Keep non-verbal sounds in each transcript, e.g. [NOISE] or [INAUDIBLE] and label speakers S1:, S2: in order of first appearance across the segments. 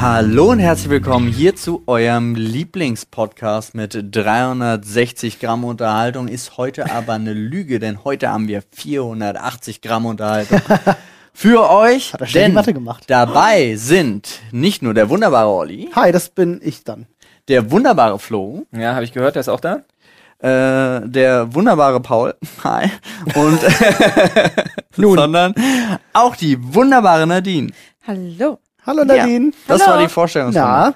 S1: Hallo und herzlich willkommen hier zu eurem Lieblingspodcast mit 360 Gramm Unterhaltung. Ist heute aber eine Lüge, denn heute haben wir 480 Gramm
S2: [LAUGHS]
S1: Unterhaltung. Für euch,
S2: Hat er schnell die
S1: denn
S2: Mathe gemacht.
S1: dabei sind nicht nur der wunderbare Olli,
S2: Hi, das bin ich dann.
S1: der wunderbare Flo,
S3: Ja, habe ich gehört, der ist auch da.
S1: äh, der wunderbare Paul, [LAUGHS] hi,
S2: [LAUGHS]
S1: und sondern auch die wunderbare Nadine.
S4: Hallo.
S2: Hallo Nadine.
S1: Das
S4: Hallo.
S1: war die Vorstellungsrunde.
S2: Na,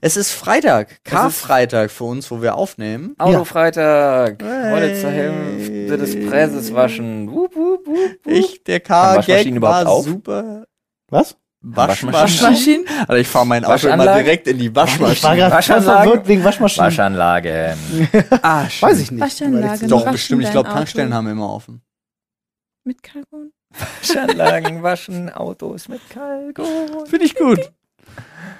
S1: Es ist Freitag, Karfreitag für uns, wo wir aufnehmen.
S3: Autofreitag, heute zur Hälfte des Preises waschen. Wup, wup, wup, wup.
S1: Ich, der
S3: Haben
S1: K-Gag
S3: Waschmaschinen
S1: war
S3: überhaupt auf?
S1: super.
S2: was?
S1: Waschmaschinen.
S3: Waschmaschinen?
S1: Also ich fahre mein Auto immer
S3: Waschanlagen?
S1: direkt in die
S2: Ich war
S1: Waschmaschine.
S2: gerade voll
S3: Waschanlagen?
S2: verwirrt wegen Waschmaschinen.
S3: Waschanlage.
S1: Arsch.
S2: Weiß ich nicht.
S4: Waschanlage.
S2: Weil ich-
S1: Doch,
S4: Waschen
S1: bestimmt. Ich
S4: dein
S1: glaube,
S4: Auto.
S1: Tankstellen haben immer offen.
S4: Mit Kalkon?
S3: Waschanlagen waschen Autos mit Kalkon.
S1: Finde ich [LAUGHS] gut.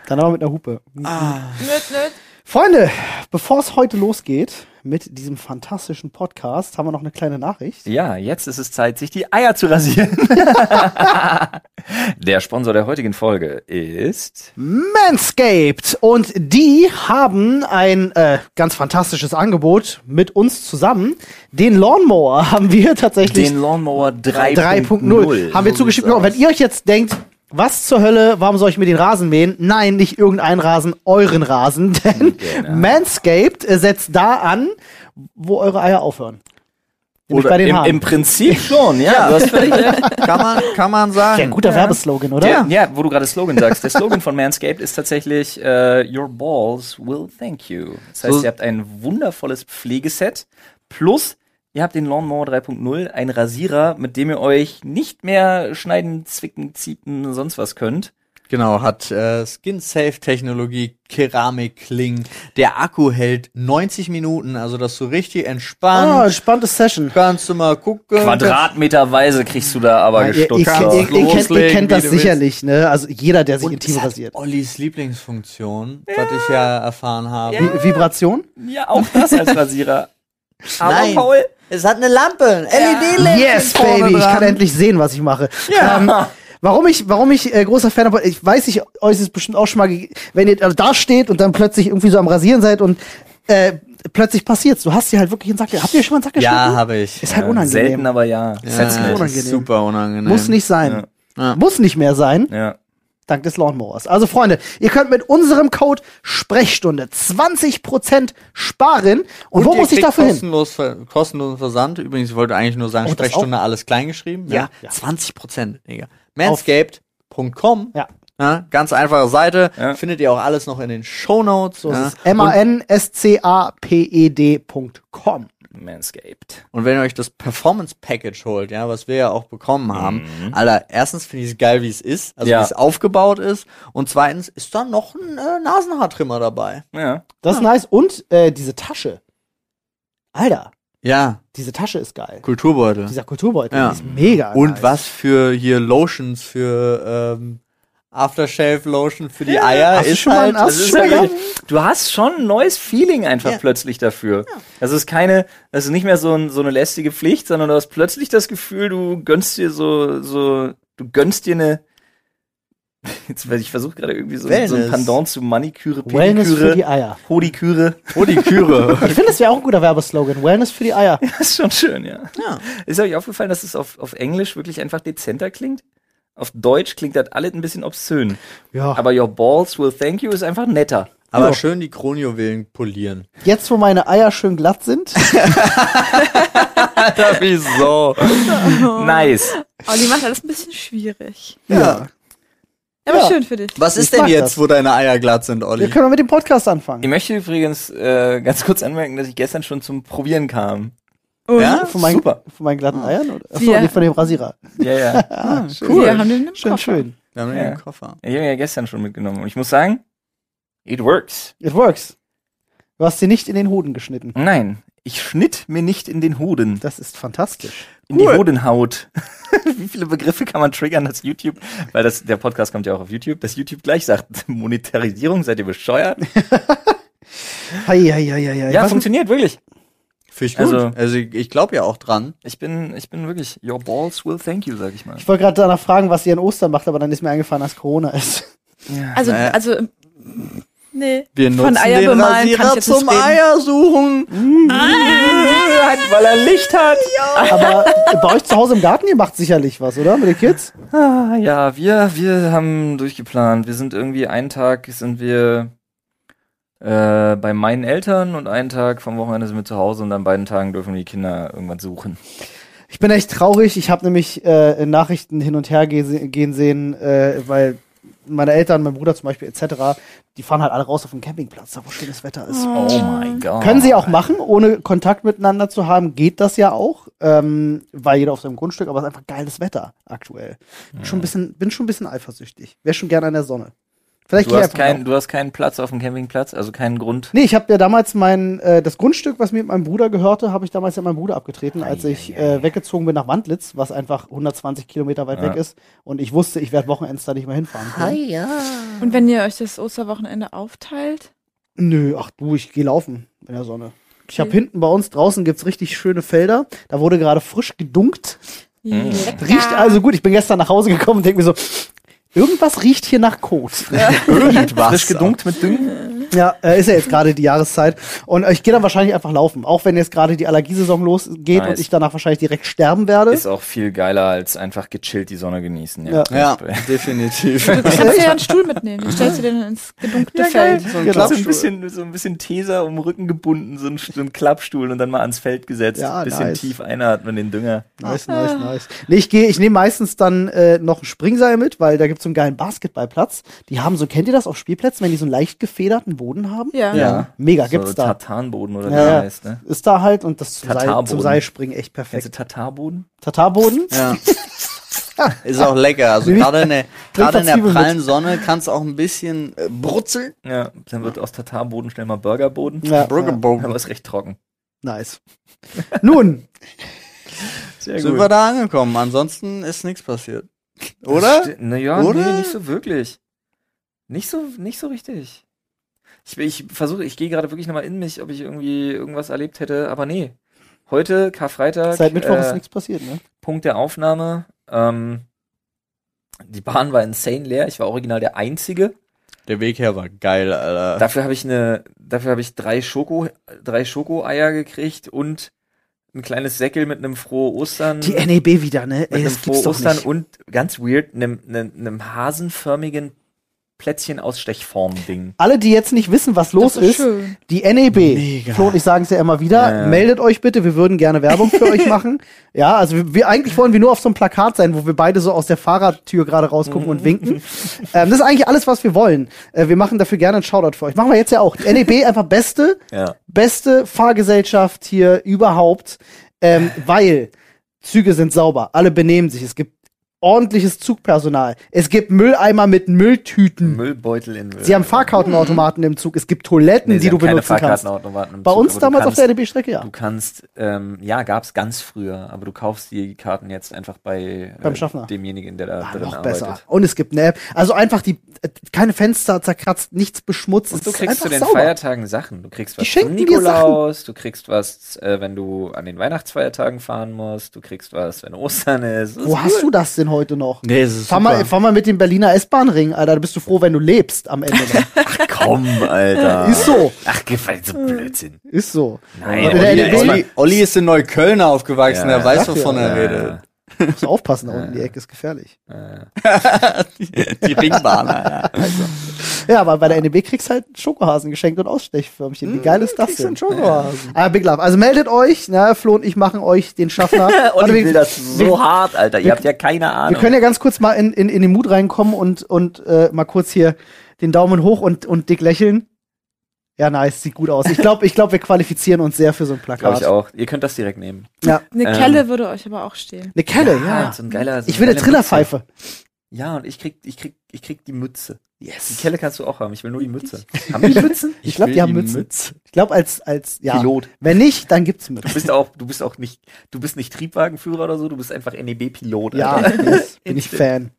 S2: Dann aber mit einer Hupe.
S1: Ah.
S4: Nöt, nöt.
S2: Freunde, bevor es heute losgeht mit diesem fantastischen Podcast, haben wir noch eine kleine Nachricht.
S3: Ja, jetzt ist es Zeit, sich die Eier zu rasieren. der Sponsor der heutigen Folge ist
S2: Manscaped. Und die haben ein äh, ganz fantastisches Angebot mit uns zusammen. Den Lawnmower [LAUGHS] haben wir tatsächlich
S3: den Lawnmower
S2: 3.0 haben wir
S1: So sieht's
S2: zugeschickt. Genau. Und wenn ihr euch jetzt denkt, was zur Hölle, warum soll ich mir den Rasen mähen? Nein, nicht irgendeinen Rasen, euren Rasen, [LAUGHS] denn
S3: Genau.
S2: Manscaped äh, setzt da an, wo eure Eier aufhören. Nämlich bei den
S3: Im,
S2: Haaren.
S3: Im Prinzip schon, ja. Du hast völlig recht.
S1: Kann man, kann man sagen.
S2: Sehr guter Werbeslogan, oder?
S3: Der, ja, wo du gerade Slogan sagst. Der Slogan von Manscaped ist tatsächlich äh, Your balls will thank you. Das heißt,
S1: So-
S3: ihr habt ein wundervolles Pflegeset plus ihr habt den Lawnmower 3.0, einen Rasierer, mit dem ihr euch nicht mehr schneiden, zwicken, ziepen, sonst was könnt.
S1: Genau, hat äh, Skin-Safe-Technologie, Keramikkling. Der Akku hält 90 Minuten, also dass du richtig
S2: Ah,
S1: entspannt
S2: spannende Session.
S1: kannst du mal gucken.
S3: Quadratmeterweise kriegst du da
S2: Ja, ihr,
S3: aber
S2: ihr,
S3: gestutzt.
S2: ihr,
S1: kannst
S2: ihr, ihr, kennt, ihr
S1: loslegen,
S2: kennt
S1: wie
S2: das
S1: du willst.
S2: sicherlich, ne? Also jeder, der sich
S1: Und
S2: intim
S1: es hat
S2: rasiert.
S1: Ollis Lieblingsfunktion, was ich ja erfahren habe.
S2: Vi- Vibration?
S3: Ja, auch das als Rasierer. Aber
S1: Nein.
S3: Paul,
S1: Es hat eine Lampe, ein LED-Lampe.
S2: Yes,
S1: vorne
S2: Baby, ich
S1: dran.
S2: kann endlich sehen, was ich mache. Ähm,
S3: [LAUGHS]
S2: warum ich, warum ich äh, großer Fan bin, ich weiß nicht, euch ist es bestimmt auch schon mal, ge- wenn ihr äh, da steht und dann plötzlich irgendwie so am Rasieren seid und äh, plötzlich passiert's. Du hast dir halt wirklich einen Sack, ge- habt ihr schon mal einen Sack
S1: Ja,
S2: geschnitten?
S1: habe ich.
S2: Ist halt
S3: selten,
S2: unangenehm.
S3: aber ja.
S1: Ja,
S3: Setz
S1: Ah, ist
S3: nicht.
S2: unangenehm.
S1: Super unangenehm.
S2: Muss nicht sein.
S1: Ja.
S2: Muss nicht mehr sein,
S3: Ja.
S2: dank des Lawnmowers. Also Freunde, ihr könnt mit unserem Code Sprechstunde 20% sparen. Und, wo
S1: Ihr
S2: muss ich
S1: kriegt
S2: dafür hin?
S1: kostenlos, Ver kostenlosen Versand. Übrigens, ich wollte eigentlich nur sagen,
S2: Oh, das
S1: Sprechstunde alles klein geschrieben.
S2: Ja. Ja.
S1: 20 Prozent, Digga. Manscaped.com.
S2: Ja.
S1: Ja, ganz einfache Seite.
S3: Ja.
S1: Findet ihr auch alles noch in den Shownotes.
S2: So
S1: ja.
S2: ist es. E M-A-N-S-C-A-P-E-D.com.
S3: Manscaped.
S1: Und wenn ihr euch das Performance Package holt, ja, was wir ja auch bekommen haben, Alter, erstens finde ich es geil, wie es ist, also
S3: Mhm. Ja.
S1: wie es aufgebaut ist. Und zweitens ist da noch ein äh, Nasenhaartrimmer dabei.
S3: Ja.
S2: Das ist
S1: Ah.
S2: nice. Und äh, diese Tasche. Alter,
S1: Ja,
S2: diese Tasche ist geil.
S1: Kulturbeutel.
S2: Dieser Kulturbeutel
S1: Ja.
S2: die ist mega
S1: Und
S2: Ah, nice.
S1: was für hier Lotions für ähm, Aftershave Lotion für die Eier
S2: Hast du
S1: ist
S2: schon mal
S1: halt.
S2: einen Ast-
S1: Also,
S3: Das ist
S2: schon
S3: ja
S2: mal
S3: wirklich, du hast schon ein neues Feeling einfach
S1: Ja.
S3: plötzlich dafür. Das ist keine, das ist nicht mehr so, ein, so eine lästige Pflicht, sondern du hast plötzlich das Gefühl, du gönnst dir so, so, du gönnst dir eine. [LAUGHS] Jetzt, weiß ich versuche gerade irgendwie so, so ein
S1: Wellness.
S3: Pendant zu Maniküre,
S2: Wellness für die
S3: Pediküre,
S2: Eier.
S3: Hodiküre.
S1: oh, die Küre.
S2: Ich finde, das wäre auch ein guter Werbeslogan. Wellness für
S1: [LAUGHS]
S2: die Eier.
S3: [LAUGHS] Das ist schon schön, ja.
S1: ja.
S3: Ist euch aufgefallen, dass es auf, auf Englisch wirklich einfach dezenter klingt? Auf Deutsch klingt das alles ein bisschen obszön.
S2: Ja.
S3: Aber your balls will thank you ist einfach netter.
S1: Aber
S2: Ja.
S1: schön die Kronjuwelen polieren.
S2: Jetzt, wo meine Eier schön glatt sind,
S1: Alter, wieso?
S3: [LAUGHS] Nice.
S4: Olli Oh, macht alles ein bisschen schwierig.
S1: [LAUGHS] Ja.
S4: Aber
S2: Ja.
S4: schön für dich.
S1: Was
S2: Ich
S1: ist denn
S2: mag
S1: jetzt,
S2: das.
S1: wo deine Eier glatt sind,
S2: wir
S1: Olli?
S2: können mit dem Podcast
S3: Ich
S1: Genau.
S2: anfangen.
S3: möchte übrigens äh, ganz kurz anmerken, dass ich gestern schon zum Probieren kam.
S4: Und
S1: Ja?
S2: Von meinen,
S3: super.
S2: von
S1: Ah.
S2: meinen glatten Eiern? Oder? Achso,
S4: Ja.
S2: nee, von dem Rasierer.
S3: Ja, ja.
S2: Ah,
S4: cool. Wir haben den im
S2: Schön,
S4: Koffer.
S2: schön.
S1: Wir haben
S3: Ja.
S1: den Koffer.
S3: Ich habe ihn ja gestern schon mitgenommen. Und ich muss sagen, it works.
S2: It works. Du hast sie nicht in den Hoden geschnitten.
S3: Nein, ich schnitt mir nicht in den Hoden.
S2: Das ist fantastisch.
S3: In die Hodenhaut. [LAUGHS] Wie viele Begriffe kann man triggern, dass YouTube, weil das, der Podcast kommt ja auch auf YouTube, dass YouTube gleich sagt, [LAUGHS] Monetarisierung, seid ihr bescheuert?
S2: Hei, hei, hei, hei, hei.
S3: Ja,
S2: Was-
S3: funktioniert wirklich.
S1: Finde ich gut. Also,
S3: Also-
S1: ich, ich glaube ja auch dran.
S3: Ich bin, ich bin wirklich, your balls will thank you, sag ich mal.
S1: [LAUGHS]
S2: ich wollte gerade danach fragen, was ihr an Ostern macht, aber dann ist mir eingefallen, dass Corona ist.
S4: Also,
S1: Naja.
S4: also im Nee.
S1: Wir nutzen
S4: Von Eier
S1: den
S4: bemalen kann
S1: Rasierer
S4: ich jetzt
S1: zum
S4: nicht reden.
S1: Eiersuchen.
S3: Hat, weil er Licht hat.
S2: Aber bei euch zu Hause im Garten, ihr macht sicherlich was, oder? Mit den Kids?
S3: Ah, ja, wir, wir haben durchgeplant. Wir sind irgendwie einen Tag sind wir äh, bei meinen Eltern und einen Tag vom Wochenende sind wir zu Hause und an beiden Tagen dürfen die Kinder irgendwann suchen.
S2: Ich bin echt traurig. Ich habe nämlich äh, Nachrichten hin und her ge gehen sehen, äh, weil meine Eltern, mein Bruder zum Beispiel etc., die fahren halt alle raus auf den Campingplatz, da wo schönes Wetter ist.
S3: Oh mein Gott.
S2: Können sie auch machen, ohne Kontakt miteinander zu haben, geht das ja auch, ähm, weil jeder auf seinem Grundstück, aber es ist einfach geiles Wetter aktuell. Bin Schon ein bisschen, bin schon ein bisschen eifersüchtig. Wäre schon gerne an der Sonne. Vielleicht
S3: Du
S2: geh
S3: hast,
S2: einfach
S3: keinen,
S2: mal.
S3: du hast keinen Platz auf dem Campingplatz, also keinen Grund.
S2: Nee, ich habe ja damals mein, äh, das Grundstück, was mir mit meinem Bruder gehörte, habe ich damals ja meinem Bruder abgetreten, als ich äh, weggezogen bin nach Wandlitz, was einfach 120 Kilometer weit
S3: Ja.
S2: weg ist. Und ich wusste, ich werde Wochenends da nicht mehr hinfahren können.
S4: Und wenn ihr euch das Osterwochenende aufteilt?
S2: Nö, ach du, ich gehe laufen in der Sonne. Ich habe
S4: Okay.
S2: hinten bei uns draußen gibt's richtig schöne Felder. Da wurde gerade frisch gedunkt.
S4: Lecker.
S2: Riecht also gut. Ich bin gestern nach Hause gekommen und denke mir so, irgendwas riecht hier nach Kot.
S1: Irgendwas.
S3: Frisch gedunkt mit Düngen?
S2: [LAUGHS] Ja, äh, ist ja jetzt gerade die Jahreszeit. Und äh, ich gehe dann wahrscheinlich einfach laufen. Auch wenn jetzt gerade die Allergiesaison losgeht und
S3: Nice.
S2: ich danach wahrscheinlich direkt sterben werde.
S3: Ist auch viel geiler als einfach gechillt die Sonne genießen. Genau.
S2: Ja.
S3: [LAUGHS]
S1: Ja,
S3: zum Beispiel.
S1: definitiv. [LAUGHS]
S4: Du kannst dir ja einen Stuhl mitnehmen. Den stellst du dir dann ins gedunkte Feld.
S1: So ein
S2: Genau.
S3: So ein
S1: Klappstuhl.
S3: bisschen, so ein bisschen Teser um den Rücken gebunden, so ein, so ein Klappstuhl und dann mal ans Feld gesetzt.
S2: Ja,
S3: bisschen
S2: nice.
S3: tief einatmen, den Dünger.
S2: Nice, nice, nice. Nee, ich gehe, ich nehme meistens dann äh, noch ein Springseil mit, weil da gibt's so einen geilen Basketballplatz. Die haben so, kennt ihr das auf Spielplätzen, wenn die so einen leicht gefederten Boden haben?
S4: Ja.
S1: Ja.
S2: Mega,
S3: so
S2: gibt's da.
S3: Tartanboden oder wie
S2: Ja,
S3: der
S2: ja.
S3: heißt, ne?
S2: Ist da halt und das zum, Seil,
S3: Tatarboden.
S2: zum Seilspringen echt
S3: Kennst du
S2: perfekt.
S3: Tatarboden?
S2: Tatarboden? [LAUGHS]
S1: Ja. Ist auch lecker. Also
S2: Will ich-
S1: gerade in der, gerade in der
S2: Zwiebeln mit.
S1: prallen Sonne kann es auch ein bisschen äh, brutzeln.
S3: Ja, dann wird aus Tatarboden schnell mal Burgerboden.
S2: Ja, ja.
S1: Bruggenbogen.
S3: Aber ist recht trocken.
S2: Nice. [LAUGHS] Nun,
S3: Sehr
S1: Sind wir da angekommen? Ansonsten ist nichts passiert. Oder?
S3: Naja,
S1: Oder?
S3: nee, nicht so wirklich. Nicht so, nicht so richtig. Ich, ich versuche, ich gehe gerade wirklich nochmal in mich, ob ich irgendwie irgendwas erlebt hätte, aber nee. Heute, Karfreitag,
S2: seit Mittwoch ist
S3: äh,
S2: nichts passiert, ne?
S3: Punkt der Aufnahme. Ähm, die Bahn war insane leer. Ich war original der Einzige.
S1: Der Weg her war geil, Alter.
S3: Dafür habe ich eine, dafür habe ich drei Schoko, drei Schokoeier gekriegt und ein kleines Säckel mit einem frohe Ostern,
S2: Die NEB wieder, ne?
S3: mit
S2: Ey,
S3: einem
S2: das gibt's
S3: frohe
S2: doch
S3: Ostern
S2: nicht.
S3: und ganz weird einem, einem, einem hasenförmigen Plätzchen aus Stechform Ding.
S2: Alle, die jetzt nicht wissen, was los
S4: Das
S2: ist,
S4: schön.
S2: Die NEB,
S1: Mega.
S2: Flo und ich sagen es ja immer wieder,
S3: Ja, ja.
S2: meldet euch bitte, wir würden gerne Werbung für
S3: [LAUGHS]
S2: euch machen. Ja, also wir, wir eigentlich wollen wir nur auf so einem Plakat sein, wo wir beide so aus der Fahrradtür gerade rausgucken
S3: Mhm.
S2: und winken. Ähm, das ist eigentlich alles, was wir wollen. Äh, wir machen dafür gerne einen Shoutout für euch. Machen wir jetzt ja auch. Die
S3: [LAUGHS]
S2: NEB einfach beste,
S3: Ja.
S2: beste Fahrgesellschaft hier überhaupt, ähm, weil Züge sind sauber, alle benehmen sich, es gibt ordentliches Zugpersonal, es gibt Mülleimer mit Mülltüten.
S3: Müllbeutel in Müll.
S2: Sie haben Fahrkartenautomaten im Zug, es gibt Toiletten,
S3: Nee,
S2: die
S3: sie
S2: du
S3: haben keine
S2: benutzen kannst.
S3: Fahrkartenautomaten im
S2: Bei
S3: Zug,
S2: uns
S3: aber du
S2: damals auf
S3: kannst,
S2: der NB-Strecke, ja.
S3: Du kannst, ähm, ja, gab's ganz früher, aber du kaufst die Karten jetzt einfach bei äh,
S2: Beim Schaffner.
S3: demjenigen, der da
S2: Ah,
S3: drin
S2: noch
S3: arbeitet.
S2: besser. Und es gibt eine App. Also einfach die, äh, keine Fenster zerkratzt, nichts beschmutzt.
S3: Und
S2: es
S3: du
S2: ist
S3: kriegst zu
S2: einfach
S3: den
S2: sauber.
S3: Feiertagen Sachen. Du kriegst was
S2: Die
S3: zum
S2: schenken dir
S3: Nikolaus, du kriegst was, äh, wenn du an den Weihnachtsfeiertagen fahren musst, du kriegst was, wenn Ostern ist. Das
S2: Wo
S3: ist
S2: hast
S3: cool.
S2: du das denn heute noch?
S1: Nee, es ist
S2: fahr, mal, fahr mal mit dem Berliner S-Bahn-Ring, Alter. Da bist du froh, wenn du lebst am Ende.
S3: [LAUGHS]
S2: [LAUGHS] noch.
S3: Ach komm, Alter.
S2: [LAUGHS] ist so,
S3: Ach, gefällt so Blödsinn.
S2: ist so.
S3: Nein,
S2: Und in der
S3: Olli,
S2: NEB
S1: Olli, Olli, Olli ist in Neukölln aufgewachsen,
S3: Ja,
S1: er weiß,
S2: sag
S1: wovon
S2: ja.
S1: er [LAUGHS]
S3: Äh,
S1: redet.
S2: Musst du aufpassen, da unten die Ecke ist gefährlich.
S3: äh,
S1: Die Ringbahn, Alter.
S2: Ja, aber bei der NEB kriegst halt einen Schokohasen geschenkt und Ausstechförmchen.
S3: Hm,
S2: Wie geil ist das denn?
S1: Schokohasen.
S2: Ah, Big Love. Also meldet euch, ne, Flo und ich machen euch den
S3: [LAUGHS]
S2: Schaffner. Warte,
S3: Olli
S2: wir-
S3: will das so
S2: wir-
S3: hart, Alter. Ihr
S2: wir-
S3: habt ja keine
S2: Wir
S3: Ahnung.
S2: können ja ganz kurz mal in, in, in den Mut reinkommen und, und äh, mal kurz hier den Daumen hoch und, und dick lächeln. Ja, nice, sieht gut aus. Ich glaube, ich glaub, wir qualifizieren uns sehr für so ein Plakat.
S3: Glaube ich auch. Ihr könnt das direkt nehmen.
S2: Ja.
S4: Eine
S3: Ähm.
S4: Kelle würde euch aber auch stehen.
S2: Eine Kelle, ja.
S3: So ein geiler, so
S2: Ich will eine
S3: geiler also, Mütze.
S2: Trillerpfeife.
S3: Ja, und ich krieg, ich krieg, ich krieg die Mütze. Die
S2: Yes.
S3: Kelle kannst du auch haben. Ich will nur die Mütze. Haben die Mützen?
S2: Ich glaube,
S1: will
S2: die haben
S1: die
S2: Mützen. Ich glaube, als, als, ja.
S3: Pilot.
S2: Wenn nicht, dann gibt's
S3: Du
S2: Mützen.
S3: bist auch, du bist auch nicht, du bist nicht Triebwagenführer oder so, du bist einfach E NEB-Pilot.
S2: Ja, yes, bin ich Fan.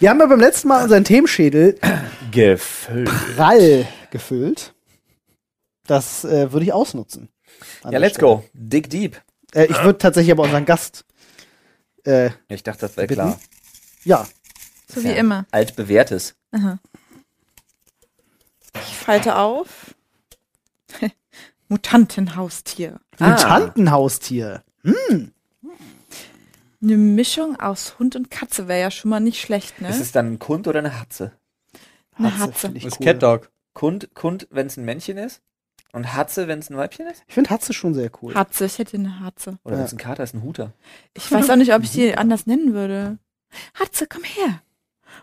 S2: Wir haben ja beim letzten Mal unseren Themenschädel
S3: Gefüllt.
S2: prall gefüllt. Das äh, würde ich ausnutzen. An
S3: Ja,
S2: der
S3: let's
S2: Stelle.
S3: go. Dig deep.
S2: Äh, ich würde tatsächlich aber unseren Gast äh,
S3: Ich dachte, das wäre
S2: Bitten?
S3: klar.
S2: Ja,
S4: So wie immer.
S3: Altbewährtes.
S4: Aha. Ich falte auf. [LAUGHS] Mutantenhaustier.
S2: Mutantenhaustier.
S4: Eine Mischung aus Hund und Katze wäre ja schon mal nicht schlecht, ne?
S3: Ist es dann ein Kund oder eine Hatze?
S4: Eine
S2: Hatze
S4: Hatze.
S2: find ich
S1: Das ist
S2: cool.
S1: Cat Dog.
S3: Kund, Kund, wenn es ein Männchen ist? Und Hatze, wenn es ein Weibchen ist?
S2: Ich finde Hatze schon sehr cool.
S4: Hatze, ich hätte eine Hatze.
S3: Oder
S2: Ja.
S3: wenn es ein Kater ist, ein Huter?
S4: Ich weiß auch nicht, ob ich die anders nennen würde. Hatze, komm her.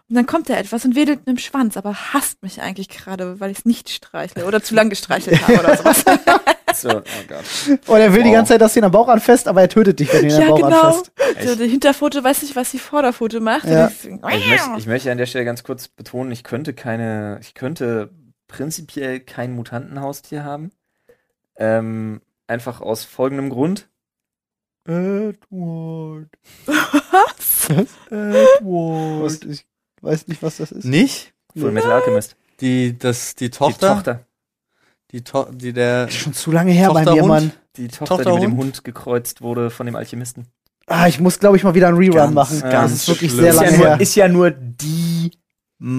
S4: Und dann kommt da etwas und wedelt mit dem Schwanz, aber hasst mich eigentlich gerade, weil ich es nicht streichle oder zu lang gestreichelt habe oder sowas.
S3: [LAUGHS] So, oh Gott.
S2: Und er will die
S3: Wow.
S2: ganze Zeit, dass du ihn am Bauch anfasst, aber er tötet dich, wenn du ihn am
S4: ja,
S2: Bauch
S4: genau.
S2: anfasst.
S4: So, die Hinterpfote weiß nicht, was die Vorderpfote macht.
S2: Ja.
S4: Und die-
S3: Ich möchte, ich möchte an der Stelle ganz kurz betonen, ich könnte keine, ich könnte prinzipiell kein Mutantenhaustier haben. Ähm, einfach aus folgendem Grund. Edward.
S4: was?
S3: Edward.
S2: Was- Ich weiß nicht, was das ist.
S1: Nicht?
S3: Full Metal Alchemist.
S1: Die, das, die
S3: Die
S1: Tochter?
S3: Tochter.
S1: Die Tochter. Die, der.
S2: Ist schon zu lange her bei
S1: Tochter,
S2: mir,
S1: Hund?
S2: Mann.
S3: Die Tochter, die
S1: Tochter
S3: mit dem
S1: Hund?
S3: Hund gekreuzt wurde von dem Alchemisten.
S2: Ah, ich muss, glaube ich, mal wieder einen Rerun
S1: Ganz,
S2: machen.
S1: ganz
S2: das ist wirklich
S1: schlimm.
S2: sehr
S3: ist,
S2: lange
S3: ja
S2: her.
S3: nur, ist ja nur die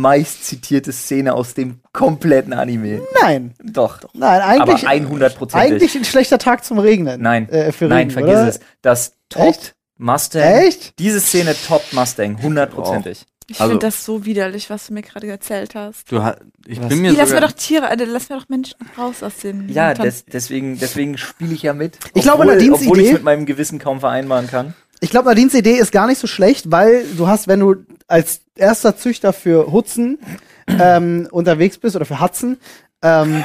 S3: meistzitierte Szene aus dem kompletten Anime.
S2: Nein,
S3: Doch.
S2: nein, eigentlich,
S3: aber 100%.
S2: eigentlich ein schlechter Tag zum Regnen.
S3: Nein.
S2: äh, für
S3: Nein,
S2: Regen,
S3: vergiss
S2: oder?
S3: es. Das Top
S2: Echt?
S3: Mustang.
S2: Echt?
S3: Diese Szene toppt Mustang, hundertprozentig.
S4: Ich
S1: Also-
S4: finde das so widerlich, was du mir gerade erzählt hast.
S1: Du, ha- ich
S3: Was?
S1: bin mir
S4: Die lassen wir
S1: sogar-
S4: doch Tiere, äh, lassen wir doch Menschen raus aus den
S3: Ja,
S4: Mutanten-
S3: des, deswegen, deswegen spiele ich ja mit.
S2: Ich glaube,
S3: obwohl,
S2: Nadines
S3: obwohl ich
S2: Idee-
S3: mit meinem Gewissen kaum vereinbaren kann.
S2: Ich glaube, Nadines Idee ist gar nicht so schlecht, weil du hast, wenn du als erster Züchter für Hutzen ähm, unterwegs bist oder für Hatzen, ähm,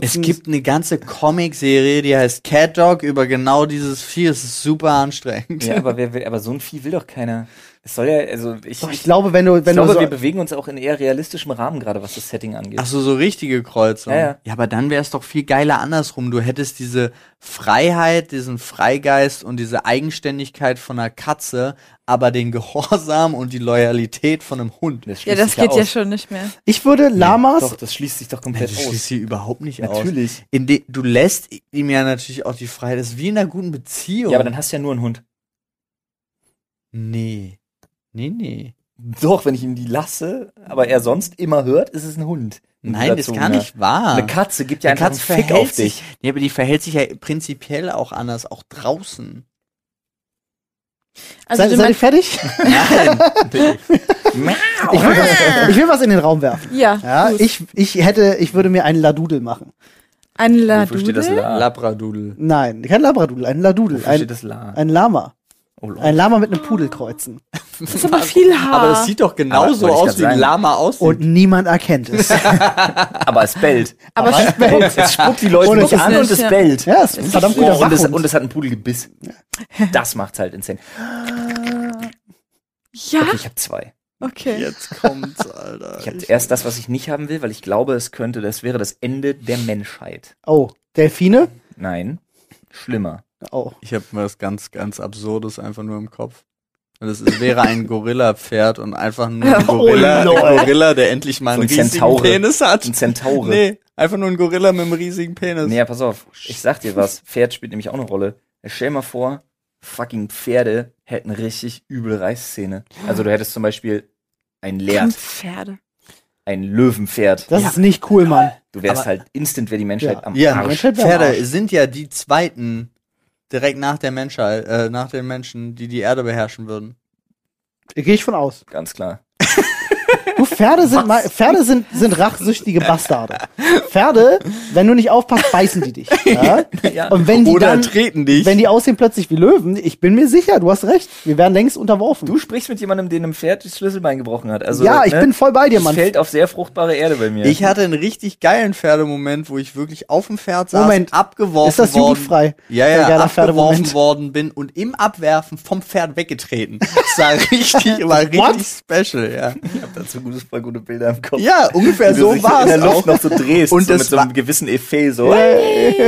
S1: Es
S2: Hutzen-
S1: gibt eine ganze Comicserie, die heißt Cat Dog über genau dieses Vieh. Es ist super anstrengend.
S3: Ja, aber, wer will, aber so ein Vieh will doch keiner. Es soll ja, also ich,
S2: Doch,
S3: ich,
S2: ich glaube, wenn du, wenn
S3: glaube,
S2: du
S3: wir
S2: so,
S3: bewegen uns auch in eher realistischem Rahmen gerade, was das Setting angeht.
S1: Ach so, so richtige Kreuzung.
S3: Ja, ja.
S1: aber dann wäre es doch viel geiler andersrum. Du hättest diese Freiheit, diesen Freigeist und diese Eigenständigkeit von einer Katze, aber den Gehorsam und die Loyalität von einem Hund.
S3: Das
S4: Ja,
S3: schließt
S4: das
S3: sich
S4: geht ja
S3: aus.
S4: schon nicht mehr.
S2: ich würde Lamas,
S3: Doch, das schließt sich doch
S1: Ja,
S3: komplett
S1: das schließt
S3: aus.
S1: sie überhaupt nicht aus.
S3: Natürlich.
S1: In de- du lässt ihm ja natürlich auch die Freiheit. Das ist wie in einer guten Beziehung.
S3: Ja, aber dann hast du ja nur einen Hund.
S1: nee. Nee, nee.
S3: Doch, wenn ich ihm die lasse, aber er sonst immer hört, ist es ein Hund. Ein
S1: Nein, das ist gar
S3: Überzogener.
S1: nicht wahr.
S3: Eine Katze gibt ja
S1: Eine
S3: einfach einen Fick auf dich.
S1: sich, Nee, aber die verhält sich ja prinzipiell auch anders, auch draußen.
S4: Also
S2: seid,
S4: du
S2: seid ihr fertig?
S1: Nein. [LAUGHS]
S2: Ich will,
S4: Ah.
S2: was, ich will was in den Raum werfen.
S4: meinst- ja,
S2: Ja, ich, ich hätte, ich würde mir einen Ladudel machen.
S4: ein
S3: Wofür steht das
S4: Ladudel.
S3: La?
S1: Labradudel.
S2: Nein, kein Labradudel, einen Ladudel,
S3: Wofür
S2: ein,
S3: steht das La?
S2: ein Lama.
S3: Oh, Lord.
S2: Ein Lama mit einem Pudel kreuzen.
S4: Das ist aber viel Haar.
S1: Aber das sieht doch genauso
S3: Aber wollte ich
S1: aus,
S3: grad
S1: wie ein
S3: sagen.
S1: Lama aussieht.
S2: Und niemand erkennt es.
S3: [LAUGHS] aber es bellt.
S4: Aber es
S3: Es spuckt die Leute
S2: Und
S3: nicht
S2: es
S3: an
S4: ist
S3: und es
S4: nicht-
S3: bellt.
S2: ja, ist ein verdammt guter
S3: und, es,
S2: Wachhund.
S3: und es hat einen Pudelgebiss. Das macht's halt insane.
S4: ja,
S3: Ich habe zwei.
S4: okay.
S1: [LAUGHS] Jetzt kommt's, Alter.
S3: Ich habe erst das, was ich nicht haben will, weil ich glaube, es könnte, das wäre das Ende der Menschheit.
S2: oh, Delfine?
S3: Nein, schlimmer.
S2: Oh.
S1: Ich hab mir was ganz, ganz Absurdes einfach nur im Kopf. Das ist- wäre ein Gorilla-Pferd und einfach nur ein
S2: [LAUGHS] Oh,
S1: Gorilla, ein
S2: lol.
S1: Gorilla der endlich mal
S3: So
S1: einen
S3: ein
S1: riesigen
S3: Zentaure.
S1: Penis hat.
S3: Ein Zentaure. Nee,
S1: Nee, einfach nur ein Gorilla mit einem riesigen Penis.
S3: ja, pass auf. Ich sag dir
S1: [LAUGHS]
S3: was. Pferd spielt nämlich auch eine Rolle. Stell mal vor, fucking Pferde hätten richtig übel Reißszene. Also du hättest zum Beispiel ein Lehrt,
S4: Pferde.
S3: ein Löwenpferd.
S2: Das ist nicht cool, Mann.
S3: Du wärst
S1: Aber-
S3: halt instant, wäre die Menschheit
S2: Ja.
S3: am
S1: Ja,
S3: Arsch.
S2: Menschheit wär am
S1: Pferde
S2: Arsch.
S1: sind ja die zweiten direkt nach der Menschheit, äh, nach den Menschen, die die Erde beherrschen würden.
S2: Gehe ich von aus.
S3: Ganz klar.
S2: Du, Pferde sind, mal, Pferde sind, sind rachsüchtige Bastarde. Pferde, wenn du nicht aufpasst, beißen die dich. Ja?
S3: Ja.
S2: Und wenn die
S1: Oder
S2: dann,
S1: treten dich.
S2: wenn die aussehen plötzlich wie Löwen, ich bin mir sicher, du hast recht, wir werden längst unterworfen.
S3: Du sprichst mit jemandem, der einem Pferd das Schlüsselbein gebrochen hat. Also,
S2: ja, ich
S3: ne,
S2: bin voll bei dir,
S3: das
S2: Mann.
S3: fällt auf sehr fruchtbare Erde bei mir.
S1: ich hatte einen richtig geilen Pferdemoment, wo ich wirklich auf dem Pferd saß,
S2: Moment.
S1: abgeworfen
S2: Ist das
S1: worden,
S2: jugendfrei?
S1: ja,
S2: Sehr
S1: ja,
S2: geiler
S1: abgeworfen
S2: Pferdemoment.
S1: worden bin und im Abwerfen vom Pferd weggetreten. Das war
S2: [LAUGHS]
S1: richtig, war richtig special, ja.
S3: habe dazu gute, voll gute Bilder im Kopf.
S1: Ja, ungefähr
S3: Wie
S1: so
S3: du dich
S1: war
S3: in der
S1: es
S3: Luft
S1: auch.
S3: noch so drehst
S1: Und
S3: und so
S1: das
S3: mit so
S1: war-
S3: einem gewissen Effet so.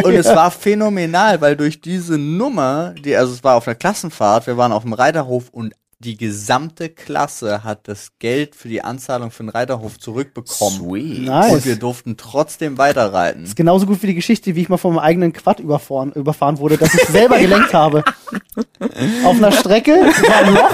S1: Und es war phänomenal, weil durch diese Nummer, die, also es war auf einer Klassenfahrt, wir waren auf dem Reiterhof und die gesamte Klasse hat das Geld für die Anzahlung für den Reiterhof zurückbekommen.
S3: Sweet.
S1: Und wir
S2: Nice.
S1: durften trotzdem weiterreiten.
S2: Ist genauso gut wie die Geschichte, wie ich mal von meinem eigenen Quad überfahren, überfahren wurde, dass ich selber gelenkt habe. Auf einer Strecke, war ein Loch.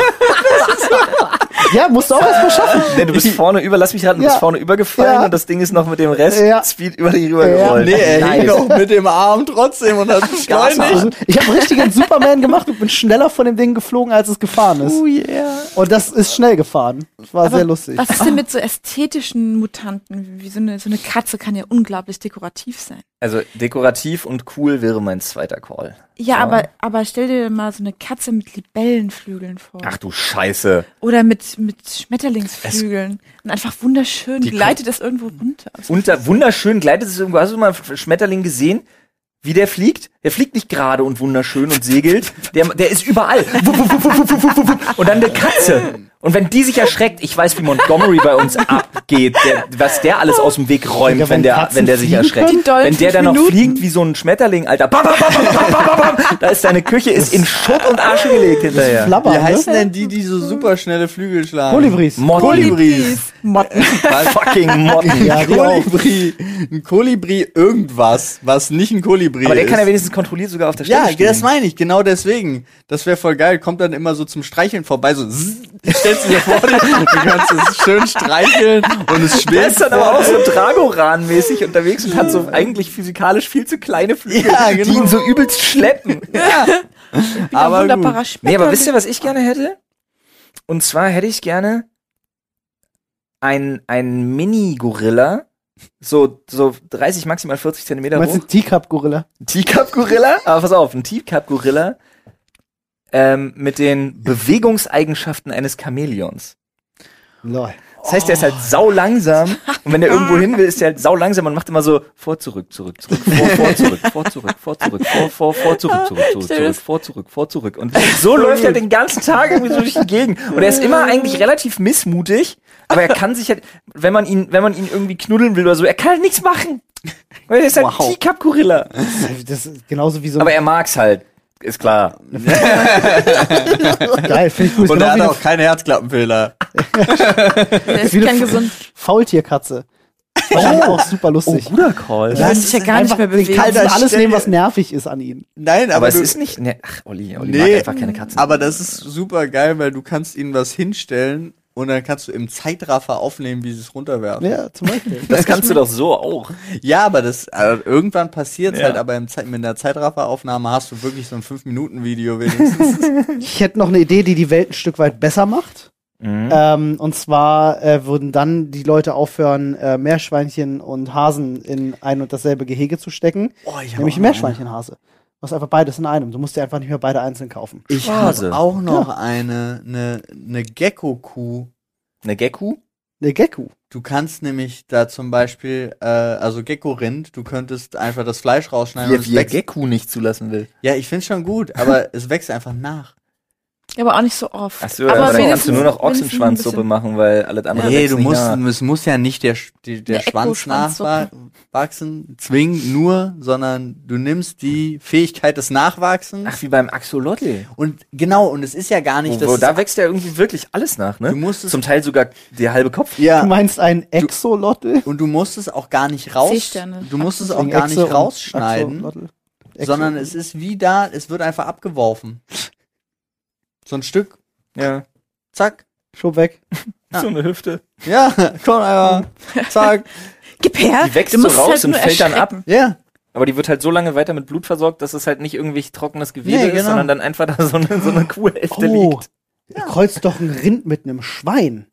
S2: Ja, musst du auch erstmal schaffen. [LAUGHS]
S3: Denn du bist vorne über, lass mich raten, du
S2: Ja.
S3: bist vorne übergefallen
S2: Ja.
S3: und das Ding ist noch mit dem Rest
S2: Ja.
S3: Speed über dich rübergerollt.
S1: Nee, er
S3: Nice.
S1: hing doch mit dem Arm trotzdem und hat beschleunigt.
S2: Ich habe richtig einen Superman gemacht und bin schneller von dem Ding geflogen, als es gefahren ist. Oh yeah. Und das ist schnell gefahren. Das war sehr lustig.
S4: Was ist denn mit so ästhetischen Mutanten? Wie so eine, so eine Katze kann ja unglaublich dekorativ sein.
S3: Also dekorativ und cool wäre mein zweiter Call.
S4: Ja, Aber, aber stell dir mal so eine Katze mit Libellenflügeln vor.
S3: Ach du Scheiße.
S4: Oder mit, mit Schmetterlingsflügeln. Und einfach wunderschön gleitet das irgendwo runter. Also
S3: Und da wunderschön gleitet es irgendwo. Hast du mal einen Schmetterling gesehen? Wie der fliegt? Der fliegt nicht gerade und wunderschön und segelt. Der, der ist überall. Wupp, wupp, wupp, wupp, wupp, wupp, wupp, wupp. Und dann eine Katze. Und wenn die sich erschreckt, ich weiß, wie Montgomery bei uns abgeht, der, was der alles aus dem Weg räumt,
S2: Digga,
S3: wenn
S2: wenn
S3: der,
S2: Katzen
S3: wenn der sich
S2: fliegen
S3: erschreckt.
S4: Die dollen
S3: Wenn der
S4: fünf
S3: dann noch
S4: Minuten.
S3: fliegt wie so ein Schmetterling, Alter. Bam, bam, bam, bam, bam, bam, bam. Da ist deine Küche ist in Schutt und Asche gelegt hinterher.
S2: Flabber,
S1: Wie
S2: ne?
S1: heißen denn die, die so superschnelle Flügel schlagen?
S2: Kolibris.
S1: Kolibris.
S4: Motten.
S1: Was?
S3: Fucking
S1: [LAUGHS]
S3: Motten.
S2: Ja,
S1: Ein
S2: die auch.
S1: Kolibri. Ein Kolibri irgendwas, was nicht ein Kolibri
S3: Aber der
S1: ist.
S3: kann ja wenigstens kontrolliert sogar auf der Stelle
S1: ja,
S3: stehen.
S1: das meine ich, genau deswegen. Das wäre voll geil. Kommt dann immer so zum Streicheln vorbei, so zzz, stellst du dir vor, du kannst es schön streicheln und es
S3: Der
S1: schwillt.
S3: ist dann aber auch so Dragoran-mäßig unterwegs und hat so eigentlich physikalisch viel zu kleine Flügel,
S1: Ja,
S3: die
S1: genau.
S3: ihn so übelst schleppen.
S4: Aber
S1: Aber gut.
S4: wunderbarer
S3: Nee,
S4: Schmetterling.
S3: aber wisst ihr, was ich gerne hätte? Und zwar hätte ich gerne ein, ein Mini-Gorilla, so, so 30, maximal 40
S2: Du
S3: Zentimeter
S2: meinst
S3: hoch.
S2: den Teacup-Gorilla?
S3: Teacup-Gorilla? Aber pass auf, ein Teacup-Gorilla ähm, mit den Bewegungseigenschaften eines Chamäleons.
S2: Lol.
S3: Das heißt, der ist halt sau langsam und wenn der irgendwo hin will, ist der halt sau langsam und macht immer so vor zurück zurück zurück vor vor zurück vor zurück vor zurück vor vor vor zurück zurück zurück
S4: Ah, Stell dir
S3: zurück
S4: das-
S3: vor zurück vor zurück und so läuft er den ganzen Tag irgendwie so durch die Gegend und er ist immer eigentlich relativ missmutig, aber er kann sich halt, wenn man ihn, wenn man ihn irgendwie knuddeln will oder so, er kann halt nichts machen, weil er ist halt
S1: Wow.
S3: Teacup Gorilla.
S2: Das ist genauso wie so ein
S3: Aber er mag's halt, ist klar.
S2: geil, finde ich gut.
S1: Und er
S2: Ist
S1: hat
S2: Genau
S1: auch keine Herzklappenfehler.
S4: der ist
S2: wie
S4: gern
S2: eine-
S4: gesund.
S2: wie Faultierkatze. Oh, auch super lustig.
S3: Guter Call.
S4: Der kann sich ja gar nicht
S2: Einfach-
S4: mehr bewegen.
S2: Kann
S1: Alter,
S2: alles
S1: stell
S2: nehmen,
S1: dir-
S2: was nervig ist an ihnen.
S1: Nein, aber,
S3: Aber es
S1: du,
S3: ist nicht, ne, ach, Olli, Olli mag
S1: Nee.
S3: einfach keine Katzen.
S1: aber das ist super geil, weil du kannst ihnen was hinstellen und dann kannst du im Zeitraffer aufnehmen, wie sie es runterwerfen.
S2: Ja, zum Beispiel.
S3: Das kannst du doch so auch.
S1: Ja, aber das also irgendwann passiert
S3: Ja.
S1: halt, aber im Zeit, mit der Zeitrafferaufnahme hast du wirklich so ein 5-Minuten-Video wenigstens.
S2: [LAUGHS]
S1: [LAUGHS]
S2: Ich hätte noch eine Idee, die die Welt ein Stück weit besser macht.
S3: Mhm.
S1: Mhm. Äh.
S2: Ähm, und zwar äh, würden dann die Leute aufhören, äh, Meerschweinchen und Hasen in ein und dasselbe Gehege zu stecken.
S1: Oh, ich hab
S2: nämlich
S1: auch noch
S2: Meerschweinchen-Hase. Du hast einfach beides in einem. Du musst dir einfach nicht mehr beide einzeln kaufen.
S1: Ich
S3: Schade.
S1: habe auch noch eine, eine, eine Gecko-Kuh.
S3: Eine Gecko?
S2: Eine Gecko.
S1: Du kannst nämlich da zum Beispiel, äh, also Gecko-Rind, du könntest einfach das Fleisch rausschneiden
S3: Wie,
S1: und
S3: wie
S1: es
S3: er
S1: wächst.
S3: Gecko nicht zulassen will.
S1: Ja, ich find's schon gut, aber es wächst einfach nach.
S4: Ja, aber auch nicht so oft.
S3: Achso, aber, dann kannst du nur noch Ochsenschwanzsuppe machen, weil alles andere
S1: nee,
S3: wächst
S1: du
S3: nicht
S1: musst,
S3: nach.
S1: es muss ja nicht der, Sch- die, der
S4: Eine
S1: Schwanz
S4: Echo-Schwanzsuppe.
S1: nachwachsen, zwingen nur, sondern du nimmst die Fähigkeit des Nachwachsens
S3: Ach, wie beim Axolotl.
S1: und genau, und es ist ja gar nicht,
S3: Wo, wo,
S1: dass
S3: da wächst ja irgendwie wirklich alles nach, ne?
S1: Du musst es-
S3: Zum Teil sogar der halbe Kopf.
S2: Du
S1: ja,
S2: meinst einen Exolotl?
S1: und du musst es auch gar nicht raus,
S4: Seesterne.
S1: du musst es auch
S2: Wegen
S1: gar
S2: Exe
S1: nicht
S2: und
S1: rausschneiden,
S2: Axolotl. Exe-
S1: sondern es ist wie da, es wird einfach abgeworfen. So ein Stück,
S3: Ja.
S1: zack.
S2: Schub weg.
S3: So eine Hüfte.
S1: Ja, [LAUGHS] komm einfach.
S4: [LAUGHS]
S1: Zack.
S4: Gib her.
S3: Die wächst
S4: du
S3: so
S4: musst es
S3: raus
S4: halt
S3: und
S4: nur
S3: fällt dann ab.
S4: erschrecken.
S1: Ja.
S3: Aber die wird halt so lange weiter mit Blut versorgt, dass es halt nicht irgendwie trockenes Gewebe
S1: Nee,
S3: ist,
S1: genau.
S3: sondern dann einfach da so eine, so eine Kuhhälfte
S2: Oh,
S3: liegt.
S2: ja. kreuzt doch ein Rind mit einem Schwein.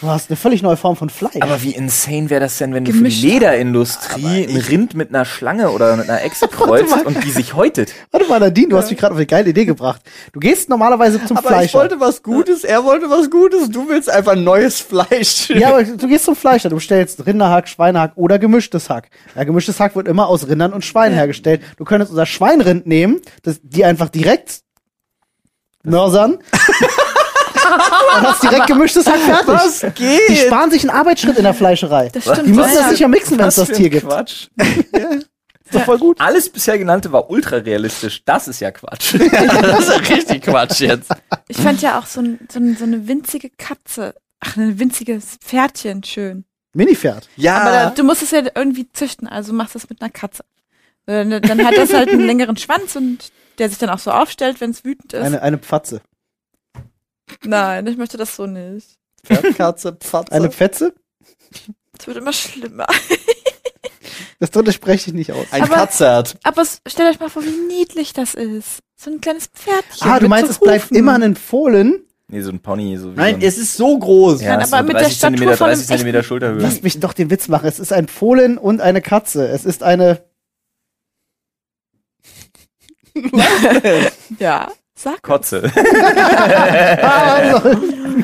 S2: Du hast eine völlig neue Form von Fleisch.
S3: Aber wie insane wäre das denn, wenn du
S4: Gemischt.
S3: für die Lederindustrie ein Rind mit einer Schlange oder mit einer [LAUGHS] Echse kreuzt und die sich häutet?
S2: Warte mal, Nadine, du hast mich gerade auf eine geile Idee gebracht. Du gehst normalerweise zum
S1: Aber ich
S2: Fleischer.
S1: wollte was Gutes, er wollte was Gutes, du willst einfach neues Fleisch.
S2: [LAUGHS] ja, aber du gehst zum Fleischer, du bestellst Rinderhack, Schweinehack oder gemischtes Hack. Ja, gemischtes Hack wird immer aus Rindern und Schweinen hergestellt. Du könntest unser Schweinrind nehmen, das, die einfach direkt mörsern und hast direkt gemischtes Hack fertig.
S1: Was
S2: Die
S1: geht?
S2: sparen sich einen Arbeitsschritt in der Fleischerei.
S4: Das stimmt.
S2: Die müssen das
S4: Alter.
S2: sicher mixen, wenn es das
S3: Was für ein
S2: Tier gibt.
S3: Quatsch.
S2: Ist doch voll gut.
S3: Alles bisher genannte war ultra realistisch. Das ist ja [LAUGHS] Quatsch.
S1: Das ist richtig Quatsch jetzt.
S4: Ich fand ja auch so, ein, so, ein, so eine winzige Katze. Ach, ein winziges Pferdchen schön.
S2: Minipferd.
S1: Ja,
S4: Aber da, du musst es ja irgendwie züchten, also machst du es mit einer Katze. Dann, dann hat das halt einen längeren Schwanz und der sich dann auch so aufstellt, wenn es wütend ist.
S2: Eine, eine Pfatze.
S4: Nein, ich möchte das so nicht.
S1: Pferdkatze, Pfatze.
S2: Eine Pfetze?
S4: Es wird immer schlimmer.
S2: Das dritte spreche ich nicht aus.
S1: ein
S4: Aber-
S1: Katzert.
S4: Aber s- stellt euch mal vor, wie niedlich das ist. So ein kleines Pferdchen.
S2: ah, du
S4: mit
S2: meinst,
S4: so
S2: es bleibt
S4: Hufen.
S2: immer ein Fohlen?
S3: Nee, so ein Pony, so wie
S1: Nein,
S3: so ein,
S1: es ist so groß.
S4: Nein, aber mit der Statur
S3: Zentimeter,
S4: von einem
S3: 30 [LAUGHS] Zentimeter Schulterhöhe.
S2: Lass mich doch den Witz machen. Es ist ein Fohlen und eine Katze. Es ist eine.
S4: Ja,
S3: [LAUGHS]
S4: sag.
S3: Kotze.
S2: Ah,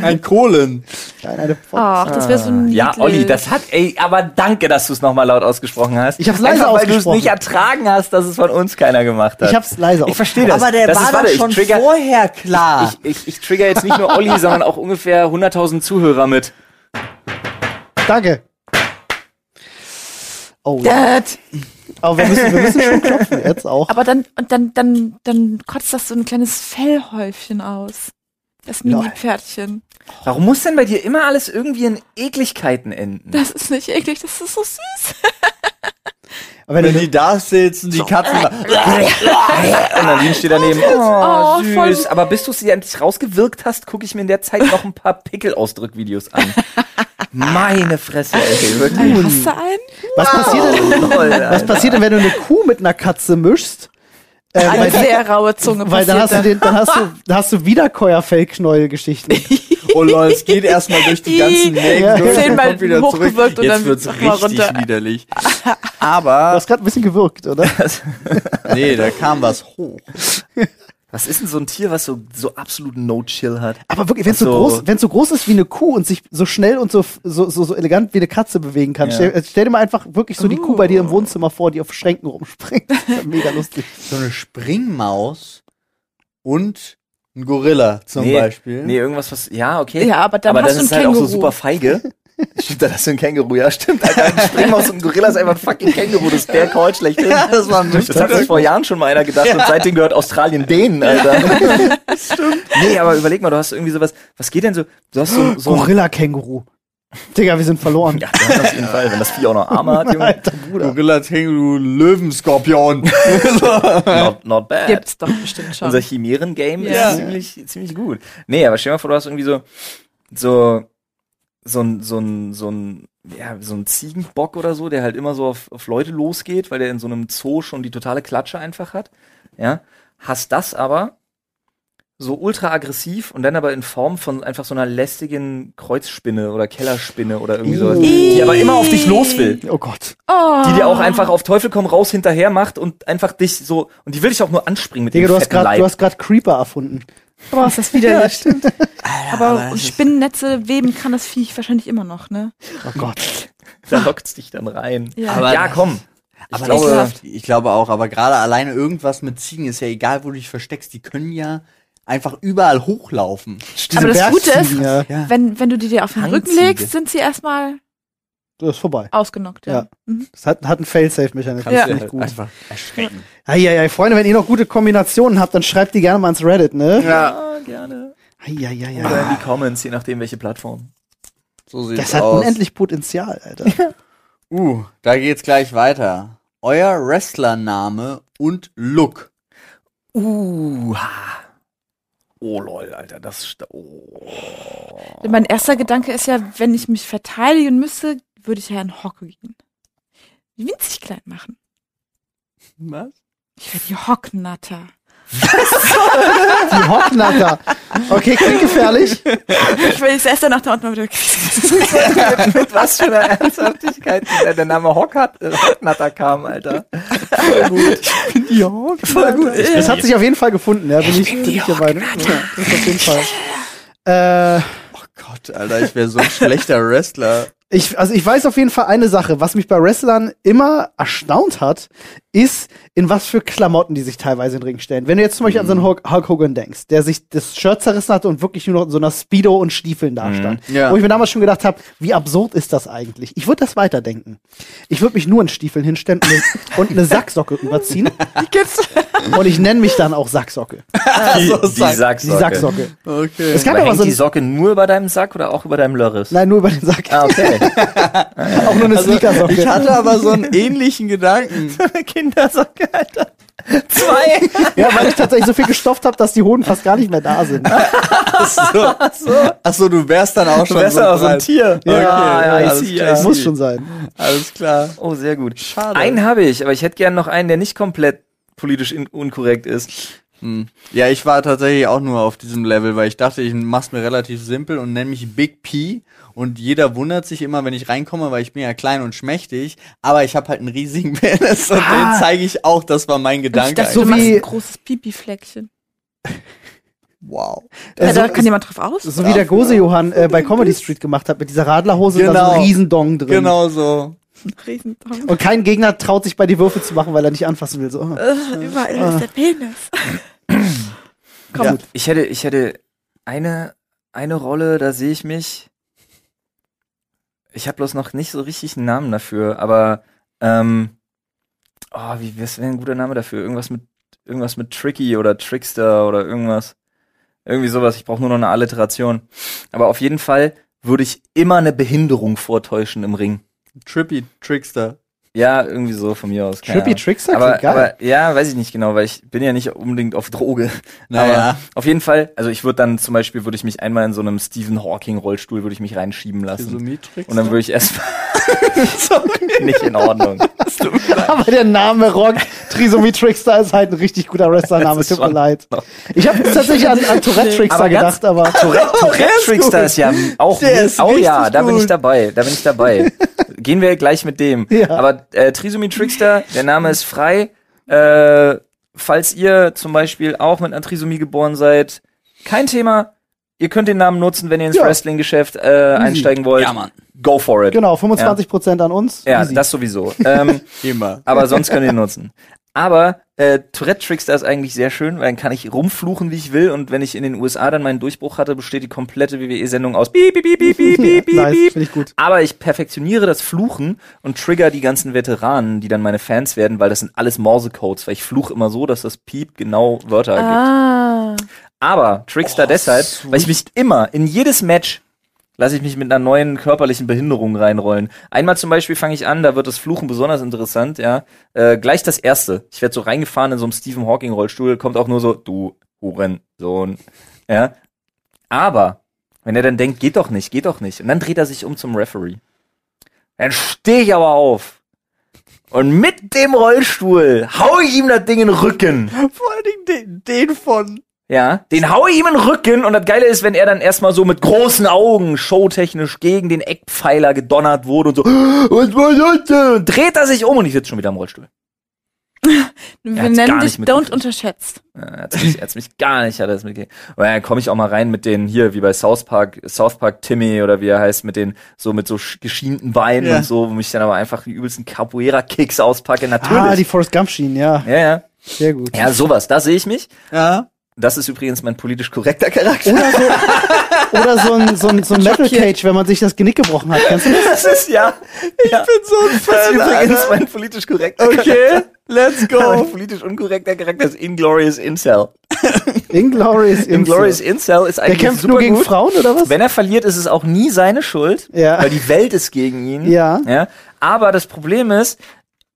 S1: Ein Kohlen.
S2: Nein, eine Fohlen.
S4: Ach, das wäre so niedlich.
S3: Ja, Olli, das hat, ey, aber danke, dass du es nochmal laut ausgesprochen hast.
S2: Ich hab's leise
S3: Einfach, weil du es
S2: ausgesprochen.
S3: nicht ertragen hast, dass es von uns keiner gemacht hat.
S2: Ich hab's leise
S3: Ich
S2: auf.
S3: verstehe das.
S1: Aber der
S3: das
S1: war
S3: warte,
S1: doch schon
S3: ich trigger,
S1: vorher klar.
S3: ich, ich, ich trigger jetzt nicht nur [LAUGHS] Olli, sondern auch ungefähr 100.000 Zuhörer mit.
S2: Danke. Oh, ja.
S4: Dad.
S2: aber wir müssen, wir müssen schon klopfen jetzt auch.
S4: Aber dann, und dann, dann, dann kotzt das so ein kleines Fellhäufchen aus. Das Mini-Pferdchen.
S3: Warum muss denn bei dir immer alles irgendwie in Ekligkeiten enden?
S4: Das ist nicht eklig, das ist so süß.
S2: Aber wenn
S1: wenn
S2: du,
S1: die da sitzen, die Katzen.
S3: Und Nadine steht daneben. Oh,
S4: Oh, voll
S3: süß.
S4: süß.
S3: Aber bis du sie endlich rausgewirkt hast, gucke ich mir in der Zeit noch ein paar Pickelausdrückvideos an. Meine Fresse, ey. Wirklich.
S4: Hast du einen?
S2: was, passiert denn, was passiert denn, wenn du eine Kuh mit einer Katze mischst? Äh,
S4: Eine
S2: weil
S4: sehr raue Zunge
S2: weil dann
S4: passiert
S2: hast du den, dann hast du, dann hast du Wiederkäuer-Fellknäuel-Geschichten.
S4: [LAUGHS]
S1: Oh lol, es geht erstmal durch die ganzen
S2: Ja.
S1: Nägel durch und
S4: Zehnmal
S1: kommt wieder zurück.
S4: hochgewirkt und
S1: Jetzt
S4: dann
S1: wird's
S4: nochmal
S1: richtig
S4: runter.
S1: widerlich.
S2: Du
S1: Aber
S2: hast gerade ein bisschen gewirkt, oder?
S1: nee, da kam was hoch.
S3: Was ist denn so ein Tier, was so, so absolut No-Chill hat?
S2: Aber wirklich, wenn es
S3: Ach
S2: so.
S3: so.
S2: groß, wenn so groß ist wie eine Kuh und sich so schnell und so f- so, so, so elegant wie eine Katze bewegen kann,
S3: Ja.
S2: stell, also stell dir mal einfach wirklich so die Kuh
S4: Oh.
S2: bei dir im Wohnzimmer vor, die auf Schränken rumspringt. Das ist ja mega lustig.
S1: So eine Springmaus und ein Gorilla zum
S3: Nee,
S1: Beispiel.
S3: Nee, irgendwas, was. Ja, okay.
S4: Ja, aber dann
S3: aber
S4: hast
S3: dann
S4: du
S3: ist
S4: ein
S3: halt auch so
S4: Känguru.
S3: super feige. Stimmt, da hast du ein Känguru, ja, stimmt. [LAUGHS] Alter, ein Springmaus und ein Gorilla ist einfach ein fucking Känguru, das ist der Colt schlechthin.
S1: Ja, das war ein
S3: Das hat sich vor Jahren schon mal einer gedacht und seitdem gehört Australien denen, Alter. [LAUGHS] Stimmt. Nee, aber überleg mal, du hast irgendwie sowas. Was geht denn so? Du hast so, so ein.
S2: Gorilla-Känguru. Digga, wir sind verloren.
S3: Ja, das auf jeden Fall, wenn das Vieh auch noch Arme hat, Junge.
S2: Alter Bruder.
S1: Gorilla, Känguru, Löwenskorpion.
S3: Not, not bad.
S4: Äh, Gibt's doch bestimmt schon.
S1: Also
S3: Unser Chimären-Game
S4: Ja.
S3: ist ziemlich, ziemlich gut. Nee, aber stell dir mal vor, du hast irgendwie so, so, so ein, so ein, so ein, ja, so ein Ziegenbock oder so, der halt immer so auf, auf Leute losgeht, weil der in so einem Zoo schon die totale Klatsche einfach hat. Ja. Hast das aber so ultra aggressiv und dann aber in Form von einfach so einer lästigen Kreuzspinne oder Kellerspinne oder irgendwie sowas, die aber immer auf dich los will
S2: Oh Gott.
S4: Oh.
S3: die dir auch einfach auf Teufel komm raus hinterher macht und einfach dich so und die will dich auch nur anspringen mit
S2: Digga,
S3: dem
S2: du hast
S3: fetten
S2: grad,
S3: Leib.
S2: du hast gerade Creeper erfunden.
S4: Boah, ist
S2: [LAUGHS]
S4: das widerlich.
S1: aber
S4: aber
S1: es ist-
S4: Spinnennetze weben kann das Viech wahrscheinlich immer noch, ne?
S2: Oh Gott.
S3: da lockt's dich dann rein.
S4: Ja.
S3: Aber ja, komm.
S1: Aber ich, glaube,
S4: glaube-
S1: ich glaube auch, aber gerade alleine irgendwas mit Ziegen ist ja egal, wo du dich versteckst, die können ja einfach überall hochlaufen.
S4: Aber
S2: Diese
S4: das Gute ist-
S2: Bergziegen, ja,
S1: Ja.
S4: Wenn, wenn du die dir auf den Rücken
S3: Hangziege.
S4: legst, sind sie erstmal
S2: das ist vorbei.
S4: ausgenockt. Ja.
S2: Ja.
S4: Mhm.
S2: Das hat, hat einen Fail-Safe-Mechanismus.
S1: Kannst
S4: Ja.
S1: du
S2: Finde
S1: halt
S2: ich gut.
S1: einfach erschrecken.
S2: Eieiei, Freunde, wenn ihr noch gute Kombinationen habt, dann schreibt die gerne mal ins Reddit, ne?
S1: Ja,
S3: Ah, gerne.
S2: Eieiei.
S3: Oder in die Comments, je nachdem welche Plattform.
S1: so sieht's
S2: Das hat
S1: aus.
S2: unendlich Potenzial, Alter.
S1: Uh, da geht's gleich weiter. Euer Wrestlername und Look.
S3: Uh. Oh lol, Alter, das ist- oh.
S4: Denn Mein erster Gedanke ist ja, wenn ich mich verteidigen müsste, würde ich ja in Hocke gehen. Winzig klein machen.
S1: Was?
S4: Ich werde die Hocknatter.
S2: Die Hocknatter. Okay, klingt
S4: [LAUGHS]
S2: gefährlich.
S4: Ich will jetzt erst danach da unten mal wieder.
S3: [LAUGHS] Mit was für einer Ernsthaftigkeit der, der Name Hock hat, äh, Hocknatter kam, Alter.
S2: Die Hock.
S3: Voll gut.
S2: Das hat sich auf jeden Fall gefunden, ja, bin ich, bin ich der Meinung. Ja, das ist auf jeden Fall. Äh,
S1: Oh Gott, Alter, ich wäre so ein schlechter Wrestler.
S2: ich, also ich weiß auf jeden Fall eine Sache, was mich bei Wrestlern immer erstaunt hat, ist, in was für Klamotten die sich teilweise in den Ring stellen. Wenn du jetzt zum Beispiel an so
S1: Mhm.
S2: einen Hulk, Hulk Hogan denkst, der sich das Shirt zerrissen hatte und wirklich nur noch in so einer Speedo und Stiefeln dastand.
S1: Mhm. Ja.
S2: Wo ich mir damals schon gedacht habe, wie absurd ist das eigentlich? Ich würde das weiterdenken. Ich würde mich nur in Stiefeln hinstellen und
S1: [LAUGHS]
S2: eine- und eine Sacksocke überziehen. Und ich nenne mich dann auch Sacksocke.
S3: Die,
S1: so Sack-
S2: Die Sacksocke.
S1: Okay.
S2: Es gab
S3: Aber
S2: aber
S3: hängt
S2: so
S3: die
S2: ein,
S3: Socke nur über deinem Sack oder auch über deinem Lörres?
S2: Nein, nur über den Sack.
S3: Ah, okay.
S2: Auch nur eine
S1: Also,
S2: Sneakersocke.
S3: [LAUGHS]
S1: ich hatte aber so einen ähnlichen Gedanken.
S3: Kindersocke, Alter. zwei.
S2: Ja, weil ich tatsächlich so viel gestopft habe, dass die Hoden fast gar nicht mehr da sind.
S1: Achso, Achso, du wärst dann auch schon
S3: wärst dann auch so ein
S1: breit.
S3: Tier.
S1: Okay,
S3: Ja, ja, I
S1: alles
S3: see,
S1: klar.
S3: I see.
S2: Muss schon sein.
S1: Alles klar.
S3: Oh, sehr gut.
S1: Schade.
S3: Einen habe ich, aber ich hätte gern noch einen, der nicht komplett politisch in unkorrekt ist.
S1: Hm. Ja, ich war tatsächlich auch nur auf diesem Level, weil ich dachte, ich mach's mir relativ simpel und nenne mich Big P und jeder wundert sich immer, wenn ich reinkomme, weil ich bin ja klein und schmächtig, aber ich habe halt einen riesigen [LAUGHS] Penis und den zeige Ah. ich auch, das war mein
S4: [LAUGHS] Ich
S1: Gedanke.
S4: dachte,
S2: So
S4: du machst
S2: wie-
S4: ein großes Pipi-Fleckchen.
S1: wow.
S4: Ja,
S2: Äh, so,
S4: da kann jemand drauf aus.
S2: Also so wie der Gose Johann äh, bei Comedy Street gemacht hat, mit dieser Radlerhose und da so
S1: Genau.
S2: einem Riesendong drin.
S1: Genau so.
S4: Riesendong.
S2: Und kein Gegner traut sich bei die Würfel zu machen, weil er nicht anfassen will. So. oh.
S4: Äh, Überall
S2: Ah.
S4: ist der Penis. Komm,
S1: Ja.
S3: Ich hätte, ich hätte eine, eine Rolle, da sehe ich mich. Ich habe bloß noch nicht so richtig einen Namen dafür, aber ähm, oh, wie was wäre ein guter Name dafür? Irgendwas mit irgendwas mit Tricky oder Trickster oder irgendwas. Irgendwie sowas. Ich brauche nur noch eine Alliteration. Aber auf jeden Fall würde ich immer eine Behinderung vortäuschen im Ring.
S1: Trippy Trickster.
S3: Ja, irgendwie so von mir aus. keine
S2: Trippy
S3: Ahnung.
S2: Trickster,
S3: aber,
S2: klingt geil.
S3: aber ja, weiß ich nicht genau, weil ich bin ja nicht unbedingt
S2: [LAUGHS]
S3: auf Droge.
S1: Naja.
S3: Aber auf jeden Fall, also ich würde dann zum Beispiel, würde ich mich einmal in so einem Stephen Hawking Rollstuhl, würde ich mich reinschieben lassen.
S1: Trisomie-Trickster.
S3: Und dann würde ich
S2: [LAUGHS]
S3: [LAUGHS] erstmal nicht in Ordnung.
S2: Aber der Name Rock Trisomie Trickster ist halt ein richtig guter Wrestler-Name.
S3: Das ist
S2: Tut mir
S3: schon-
S2: leid. Ich habe tatsächlich an, an Tourette Trickster
S3: Aber ganz-
S2: gedacht, aber
S3: Tourette, Tourette Trickster ist ja auch,
S1: Der ist
S3: oh ja,
S1: richtig
S3: da bin ich
S1: gut.
S3: dabei, da bin ich dabei. Gehen wir gleich mit dem.
S2: Ja.
S3: Aber äh, Trisomie Trickster, der Name ist frei. Äh, falls ihr zum Beispiel auch mit einer Trisomie geboren seid, kein Thema. Ihr könnt den Namen nutzen, wenn ihr ins
S2: Ja.
S3: Wrestling-Geschäft äh, einsteigen wollt.
S1: Ja, Mann.
S3: Go for it.
S2: genau, 25 Prozent an uns.
S3: Ja,
S2: Easy.
S3: das sowieso. ähm,
S1: Immer.
S3: aber sonst könnt ihr ihn nutzen. Aber äh, Tourette Trickster ist eigentlich sehr schön, weil dann kann ich rumfluchen, wie ich will. Und wenn ich in den USA dann meinen Durchbruch hatte, besteht die komplette WWE-Sendung aus. Piep, piep, piep, piep, piep, piep, piep,
S2: nice,
S3: piep.
S2: finde ich gut.
S3: Aber ich perfektioniere das Fluchen und trigger die ganzen Veteranen, die dann meine Fans werden, weil das sind alles Morse-Codes, weil ich fluche immer so, dass das Piep genau Wörter ergibt.
S4: Ah,
S3: Aber Trickster deshalb, weil ich mich immer in jedes Match lasse ich mich mit einer neuen körperlichen Behinderung reinrollen. Einmal zum Beispiel fange ich an, da wird das Fluchen besonders interessant, ja. Äh, gleich das erste. Ich werde so reingefahren in so einem Stephen Hawking Rollstuhl, kommt auch nur so, du Hurensohn, ja. Aber wenn er dann denkt, geht doch nicht, geht doch nicht, und dann dreht er sich um zum Referee. Dann stehe ich aber auf. Und mit dem Rollstuhl hau ich ihm das Ding in den Rücken.
S1: [LAUGHS] Vor allen Dingen den, den von
S3: Ja, den haue ich ihm in den Rücken und das Geile ist, wenn er dann erstmal so mit großen Augen showtechnisch gegen den Eckpfeiler gedonnert wurde und so, [GASPS] was war das denn? Und dreht er sich um und ich sitze schon wieder im Rollstuhl.
S4: wir
S3: hat's gar
S4: nennen
S3: nicht
S4: dich
S3: mitgekriegt.
S4: Don't Unterschätzt.
S3: Ja, Er hat mich, er hat's mich gar nicht, hat er es mitgekriegt. Aber ja, komme ich auch mal rein mit den, hier, wie bei South Park, South Park Timmy oder wie er heißt, mit den, so mit so sch- geschienten Beinen
S1: Ja.
S3: und so, wo mich dann aber einfach die übelsten Capoeira-Kicks
S2: Ah,
S3: auspacke,
S2: die
S3: natürlich.
S2: Forrest Gump Schienen, ja,
S3: ja, ja.
S2: sehr gut.
S3: Ja, sowas, da sehe ich mich.
S1: ja,
S3: Das ist übrigens mein politisch korrekter Charakter.
S2: Oder so, oder so ein, so ein, so ein Metal Cage, wenn man sich das Genick gebrochen hat. Kennst du das?
S3: Das ist ja. Ich ja. bin so ein Fan. Das ist übrigens
S1: Alter.
S3: mein politisch korrekter
S1: Okay,
S3: Charakter.
S1: let's
S3: Mein
S1: go.
S3: politisch unkorrekter Charakter ist Inglorious Incel. [LAUGHS]
S2: Inglorious
S3: Inglorious
S2: Inglorious.
S3: Incel ist
S2: Der
S3: eigentlich
S2: kämpft
S3: super
S2: nur gegen
S3: gut.
S2: Frauen oder was?
S3: Wenn er verliert, ist es auch nie seine Schuld,
S2: Ja.
S3: weil die Welt ist gegen ihn.
S2: Ja.
S3: ja. Aber das Problem ist,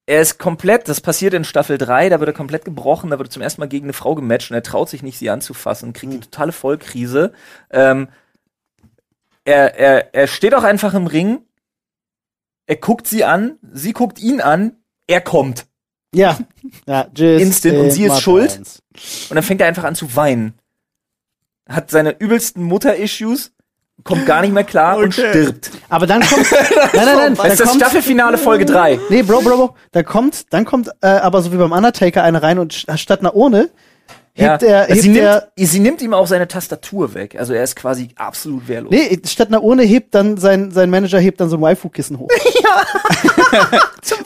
S3: er ist komplett, das passiert in Staffel 3, da wird er komplett gebrochen, da wird er zum ersten Mal gegen eine Frau gematcht und er traut sich nicht, sie anzufassen, kriegt die totale Vollkrise. Ähm, er, er, er steht auch einfach im Ring, er guckt sie an, sie guckt ihn an, er kommt.
S2: Ja. ja just
S3: Instant und sie ist
S2: Martins.
S3: schuld? Und dann fängt er einfach an zu weinen. Hat seine übelsten Mutter-Issues, kommt gar nicht mehr klar und
S1: Okay.
S3: stirbt.
S2: Aber dann
S3: [LAUGHS]
S2: kommt. nein, nein, nein.
S3: Das ist
S2: Dann
S3: das
S2: kommt,
S3: Staffelfinale Folge 3.
S2: nee, Bro, Bro, Bro. Da kommt, dann kommt äh, aber so wie beim Undertaker eine rein und st- statt einer Urne hebt er. Hebt
S3: Also sie, nimmt,
S2: er
S3: sie nimmt ihm auch seine Tastatur weg. Also er ist quasi absolut wehrlos.
S2: nee, statt einer Urne hebt dann sein, sein Manager hebt dann so ein Waifu-Kissen
S3: [LAUGHS]
S2: hoch. Ja. [LAUGHS]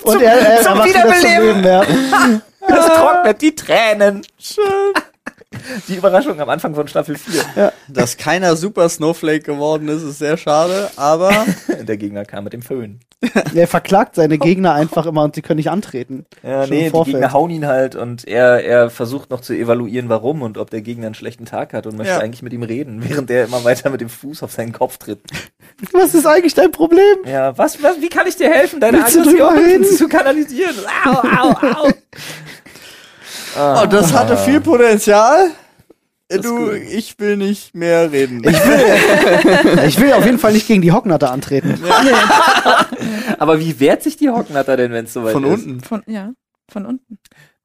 S2: und er, er
S3: zum
S2: erwacht wieder
S3: Wiederbeleben.
S2: Leben, ja.
S3: Das trocknet die Tränen. Schön. [LAUGHS] Die Überraschung am Anfang von Staffel 4.
S1: Dass keiner Super Snowflake geworden ist, ist sehr schade, [LAUGHS] aber
S3: [LAUGHS] Der Gegner kam mit dem Föhn.
S2: Er verklagt seine Gegner einfach immer und sie können nicht antreten.
S3: Ja,
S2: Schon im
S3: nee, die
S2: Vorfeld.
S3: Gegner hauen ihn halt und er, er versucht noch zu evaluieren, warum und ob der Gegner einen schlechten Tag hat und möchte
S1: Ja.
S3: eigentlich mit ihm reden, während er immer weiter mit dem Fuß auf seinen Kopf tritt.
S2: Was ist eigentlich dein Problem?
S3: Ja, was, was wie kann ich dir helfen, deine [LAUGHS]
S2: Willst du drüber
S3: Aggression
S2: reden?
S3: [LAUGHS] zu kanalisieren? Au, au, au.
S1: Oh, das hatte viel Potenzial. du, ich will nicht mehr reden.
S2: [LAUGHS] Ich will auf jeden Fall nicht gegen die Hocknatter antreten.
S3: Aber wie wehrt sich die Hockenlatter denn, wenn es soweit
S1: Von
S3: ist?
S1: unten.
S4: Von, ja, von unten.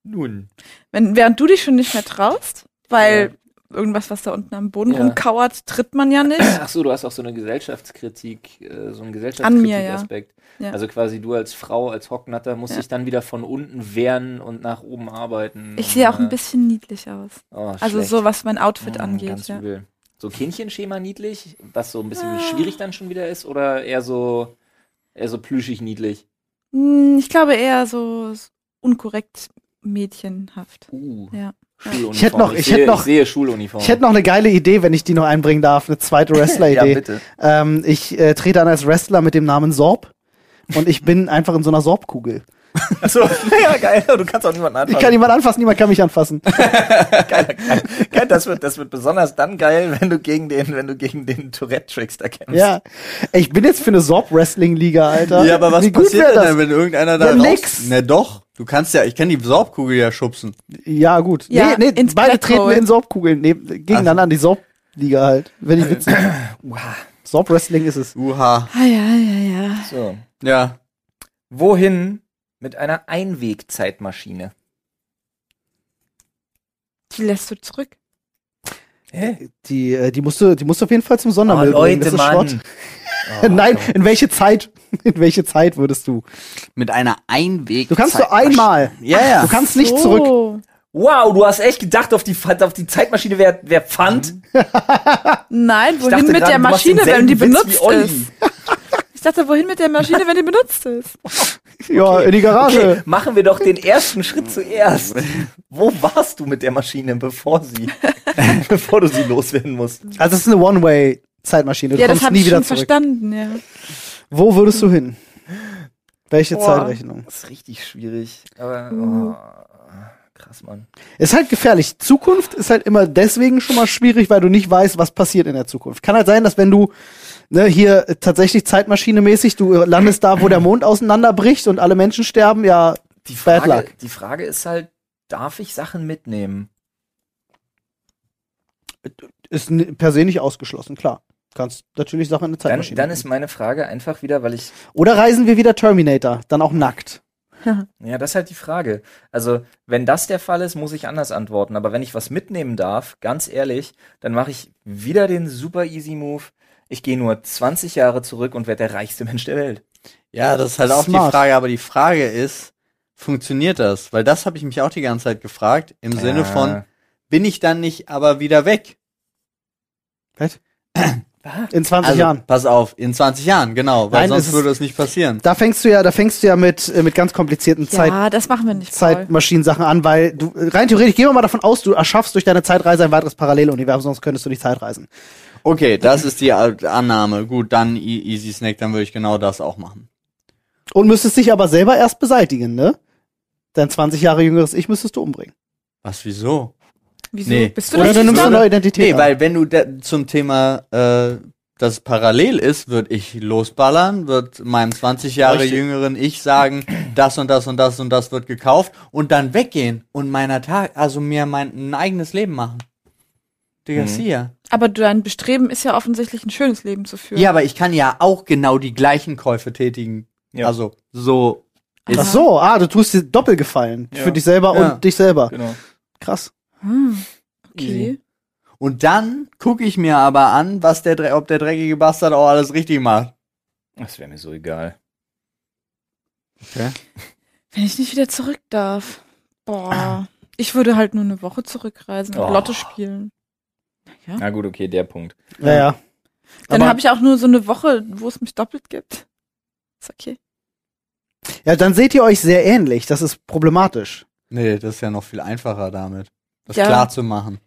S3: Nun.
S4: Wenn, während du dich schon nicht mehr traust, weil irgendwas, was da unten am Boden
S3: Ja.
S4: rumkauert, tritt man
S3: [CLEARS THROAT]
S4: ja nicht.
S3: Ach so, du hast auch so eine Gesellschaftskritik, äh, so einen
S4: An mir, ja.
S3: Gesellschaftskritik-Aspekt.
S4: Ja.
S3: Also quasi du als Frau, als Hocknatter musst
S4: Ja.
S3: dich dann wieder von unten wehren und nach oben arbeiten.
S4: Ich
S3: Und,
S4: sehe auch
S3: äh,
S4: ein bisschen niedlich aus.
S3: Oh,
S4: Also
S3: schlecht.
S4: so, was mein Outfit
S3: Mm,
S4: angeht.
S3: Ganz
S4: Ja. Ah.
S3: übel. So Kindchenschema niedlich, was so ein bisschen schwierig dann schon wieder ist, oder eher so, eher so plüschig niedlich?
S4: Hm, Ich glaube eher so s- unkorrekt mädchenhaft.
S3: Uh,
S4: Ja.
S3: Schuluniform.
S2: Ich hätte noch- ich hätte
S3: sehe,
S2: noch-
S3: ich sehe Schuluniform.
S2: Ich hätte noch eine geile Idee, wenn ich die noch einbringen darf, eine zweite
S3: [LAUGHS] ja,
S2: Wrestler-Idee.
S3: bitte.
S2: ähm, ich äh, trete an als Wrestler mit dem Namen Sorb und ich bin einfach in so einer Sorbkugel.
S3: Achso, ja, geil. Du kannst auch niemanden anfangen.
S2: Ich kann niemand anfassen, niemand kann mich anfassen.
S3: [LAUGHS] Geil, das wird, das wird besonders dann geil, wenn du gegen den, wenn du gegen den Tourette-Trickster kämpfst.
S2: Ja. Ey, Ich bin jetzt für eine Sorb-Wrestling-Liga, Alter.
S1: Ja, aber was
S2: Wie gut
S1: passiert
S2: wär
S1: denn, dann, wenn irgendeiner da
S2: Ja,
S1: raus...
S2: nix.
S1: Na doch, du kannst ja, ich kann die Sorbkugel ja schubsen.
S2: Ja, gut.
S4: Ja,
S2: nee, nee,
S4: ins
S2: beide
S4: Black
S2: treten
S4: Hole.
S2: in Sorbkugeln nee, gegeneinander an die Sorb-Liga halt. Wenn ich witzig. [CLEARS THROAT] Sorb-Wrestling ist es.
S1: Uha.
S4: Ah, ja, ja, ja.
S3: So.
S1: Ja.
S3: Wohin mit einer Einwegzeitmaschine?
S4: Die lässt du zurück.
S2: Die, äh, die, musst du, die musst du auf jeden Fall zum
S3: Oh,
S2: Sondermüll bringen. Das
S3: Leute,
S2: ist
S3: Mann.
S2: Schrott. [LAUGHS] Oh. Nein, in welche Zeit? [LAUGHS] In welche Zeit würdest du?
S1: Mit einer Einweg.
S2: Du kannst nur einmal.
S1: Ja, ja.
S2: Du kannst nicht zurück.
S4: Oh.
S3: Wow, du hast echt gedacht, auf die, auf die Zeitmaschine wäre wär Pfand?
S4: Nein, wohin
S3: dachte
S4: mit
S3: gerade,
S4: der
S3: du machst
S4: Maschine,
S3: denselben
S4: wenn die
S3: Witz wie
S4: benutzt
S3: Olli.
S4: ist? Ich dachte, wohin mit der Maschine, wenn die benutzt ist?
S2: Ja, in die Garage.
S3: Okay, machen wir doch den ersten Schritt zuerst. Wo warst du mit der Maschine, bevor sie, [LAUGHS] bevor du sie loswerden musst?
S2: Also es ist eine One-Way-Zeitmaschine. Du
S4: ja, das
S2: kommst
S4: habe
S2: nie
S4: ich
S2: wieder
S4: schon
S2: zurück.
S4: verstanden, ja.
S2: Wo würdest du hin? Welche Zeitrechnung?
S3: Das ist richtig schwierig. Aber, oh, krass, Mann.
S2: Ist halt gefährlich. Zukunft ist halt immer deswegen schon mal schwierig, weil du nicht weißt, was passiert in der Zukunft. Kann halt sein, dass wenn du ne, hier äh, tatsächlich Zeitmaschine-mäßig, du äh, landest da, wo der Mond auseinanderbricht und alle Menschen sterben, ja,
S3: Die
S2: Bad
S3: Frage,
S2: luck.
S3: die Frage ist halt, darf ich Sachen mitnehmen?
S2: ist n- per se nicht ausgeschlossen, klar. Kannst natürlich Sachen in der
S3: Dann,
S2: Zeitmaschine.
S3: dann ist meine Frage einfach wieder, weil ich,
S2: Oder reisen wir wieder Terminator, dann auch nackt.
S3: ja, das ist halt die Frage. Also, wenn das der Fall ist, muss ich anders antworten. Aber wenn ich was mitnehmen darf, ganz ehrlich, dann mache ich wieder den super easy Move. Ich gehe nur 20 Jahre zurück und werde der reichste Mensch der Welt.
S1: Ja, das ist halt auch
S2: Smart.
S1: die Frage, aber die Frage ist, funktioniert das? Weil das habe ich mich auch die ganze Zeit gefragt, im Sinne
S3: Ja.
S1: von, bin ich dann nicht aber wieder weg?
S2: In 20
S1: Also,
S2: Jahren.
S1: pass auf, in 20 Jahren, genau, weil
S2: Nein, es
S1: sonst
S2: ist-
S1: würde es nicht passieren.
S2: Da fängst du ja, da fängst du ja mit, äh, mit ganz komplizierten Zeit,
S4: ja, das machen wir nicht. Paul.
S2: Zeitmaschinensachen an, weil du rein theoretisch gehen wir mal davon aus, du erschaffst durch deine Zeitreise ein weiteres Paralleluniversum, sonst könntest du nicht Zeitreisen.
S1: Okay, das ist die A- Annahme. Gut, dann E- Easy Snack, dann würde ich genau das auch machen.
S2: Und müsstest dich aber selber erst beseitigen, ne? Dein 20 Jahre jüngeres Ich müsstest du umbringen.
S1: Was, wieso?
S4: Wieso?
S1: Nee.
S4: Bist du
S2: Oder
S4: nicht
S2: du nimmst
S4: gestorben?
S2: eine neue Identität.
S1: Nee,
S2: an.
S1: weil wenn du da, zum Thema, äh, dass es parallel ist, würde ich losballern, wird meinem 20 Jahre
S3: Richtig.
S1: jüngeren Ich sagen, das und das und das und das wird gekauft und dann weggehen und meiner Tag, also mir mein ein eigenes Leben machen. Digga,
S3: Mhm.
S1: sieh ja.
S4: Aber dein Bestreben ist ja offensichtlich, ein schönes Leben zu führen.
S1: Ja, aber ich kann ja auch genau die gleichen Käufe tätigen.
S3: Ja.
S1: Also so
S2: Ach
S1: ist
S2: so, ah, du tust dir Doppelgefallen
S3: Ja.
S2: für dich selber
S1: Ja.
S2: und dich selber.
S3: Genau.
S2: Krass.
S4: Hm. Okay.
S1: Und dann gucke ich mir aber an, was der, Dre- ob der dreckige Bastard auch alles richtig macht.
S3: Das wäre mir so egal.
S4: Wenn ich nicht wieder zurück darf. Boah. Ich würde halt nur eine Woche zurückreisen und
S3: Oh.
S4: Lotto spielen.
S1: Hm?
S3: Na gut, okay, der Punkt.
S2: Ja, ja.
S4: Dann
S2: Aber-
S4: habe ich auch nur so eine Woche, wo es mich doppelt gibt. Ist okay.
S2: Ja, dann seht ihr euch sehr ähnlich. Das ist problematisch.
S1: Nee, das ist ja noch viel einfacher damit. Das
S4: Ja.
S1: klar zu machen.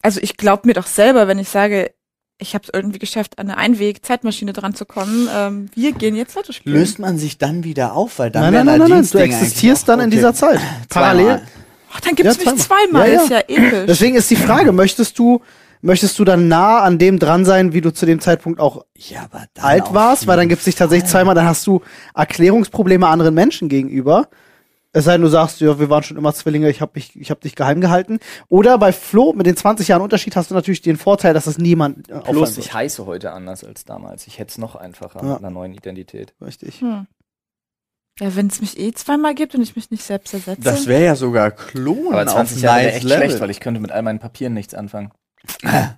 S4: Also ich glaube mir doch selber, wenn ich sage, ich habe es irgendwie geschafft, an eine Einweg-Zeitmaschine dran zu kommen. Ähm, wir gehen jetzt Lotto
S3: Hm.
S4: spielen.
S1: Löst man sich dann wieder auf, weil dann
S2: nein,
S1: wären
S2: nein, nein,
S1: da
S2: nein, nein. Du
S1: Dienstdinge
S2: existierst
S1: eigentlich
S2: dann in
S1: auch-
S2: dieser
S1: okay.
S2: Zeit.
S1: [LAUGHS]
S2: Parallel.
S1: Zweimal.
S4: Ach, dann gibt's
S2: Ja,
S4: mich
S2: zweimal.
S4: zweimal.
S2: Ja, ja.
S4: Ist ja episch.
S2: Deswegen ist die Frage, möchtest du, möchtest du dann nah an dem dran sein, wie du zu dem Zeitpunkt auch
S1: Ja, aber dann
S2: alt
S1: auf
S2: warst? Weil dann
S1: jeden
S2: gibt es dich tatsächlich zweimal, dann hast du Erklärungsprobleme anderen Menschen gegenüber. Es sei denn, du sagst, ja, wir waren schon immer Zwillinge, ich habe mich, ich habe dich geheim gehalten. Oder bei Flo mit den 20 Jahren Unterschied hast du natürlich den Vorteil, dass das niemand äh, auffallen
S3: Plus,
S2: wird.
S3: ich heiße heute anders als damals. Ich hätte es noch einfacher
S2: Ja.
S3: mit einer neuen Identität.
S2: Richtig.
S4: Hm. Ja, wenn es mich eh zweimal gibt und ich mich nicht selbst ersetze.
S1: Das wäre ja sogar Klon
S3: Aber
S1: auf
S3: 20
S1: nice
S3: Jahre wäre echt
S1: Level.
S3: schlecht, weil ich könnte mit all meinen Papieren nichts anfangen.
S2: Ja,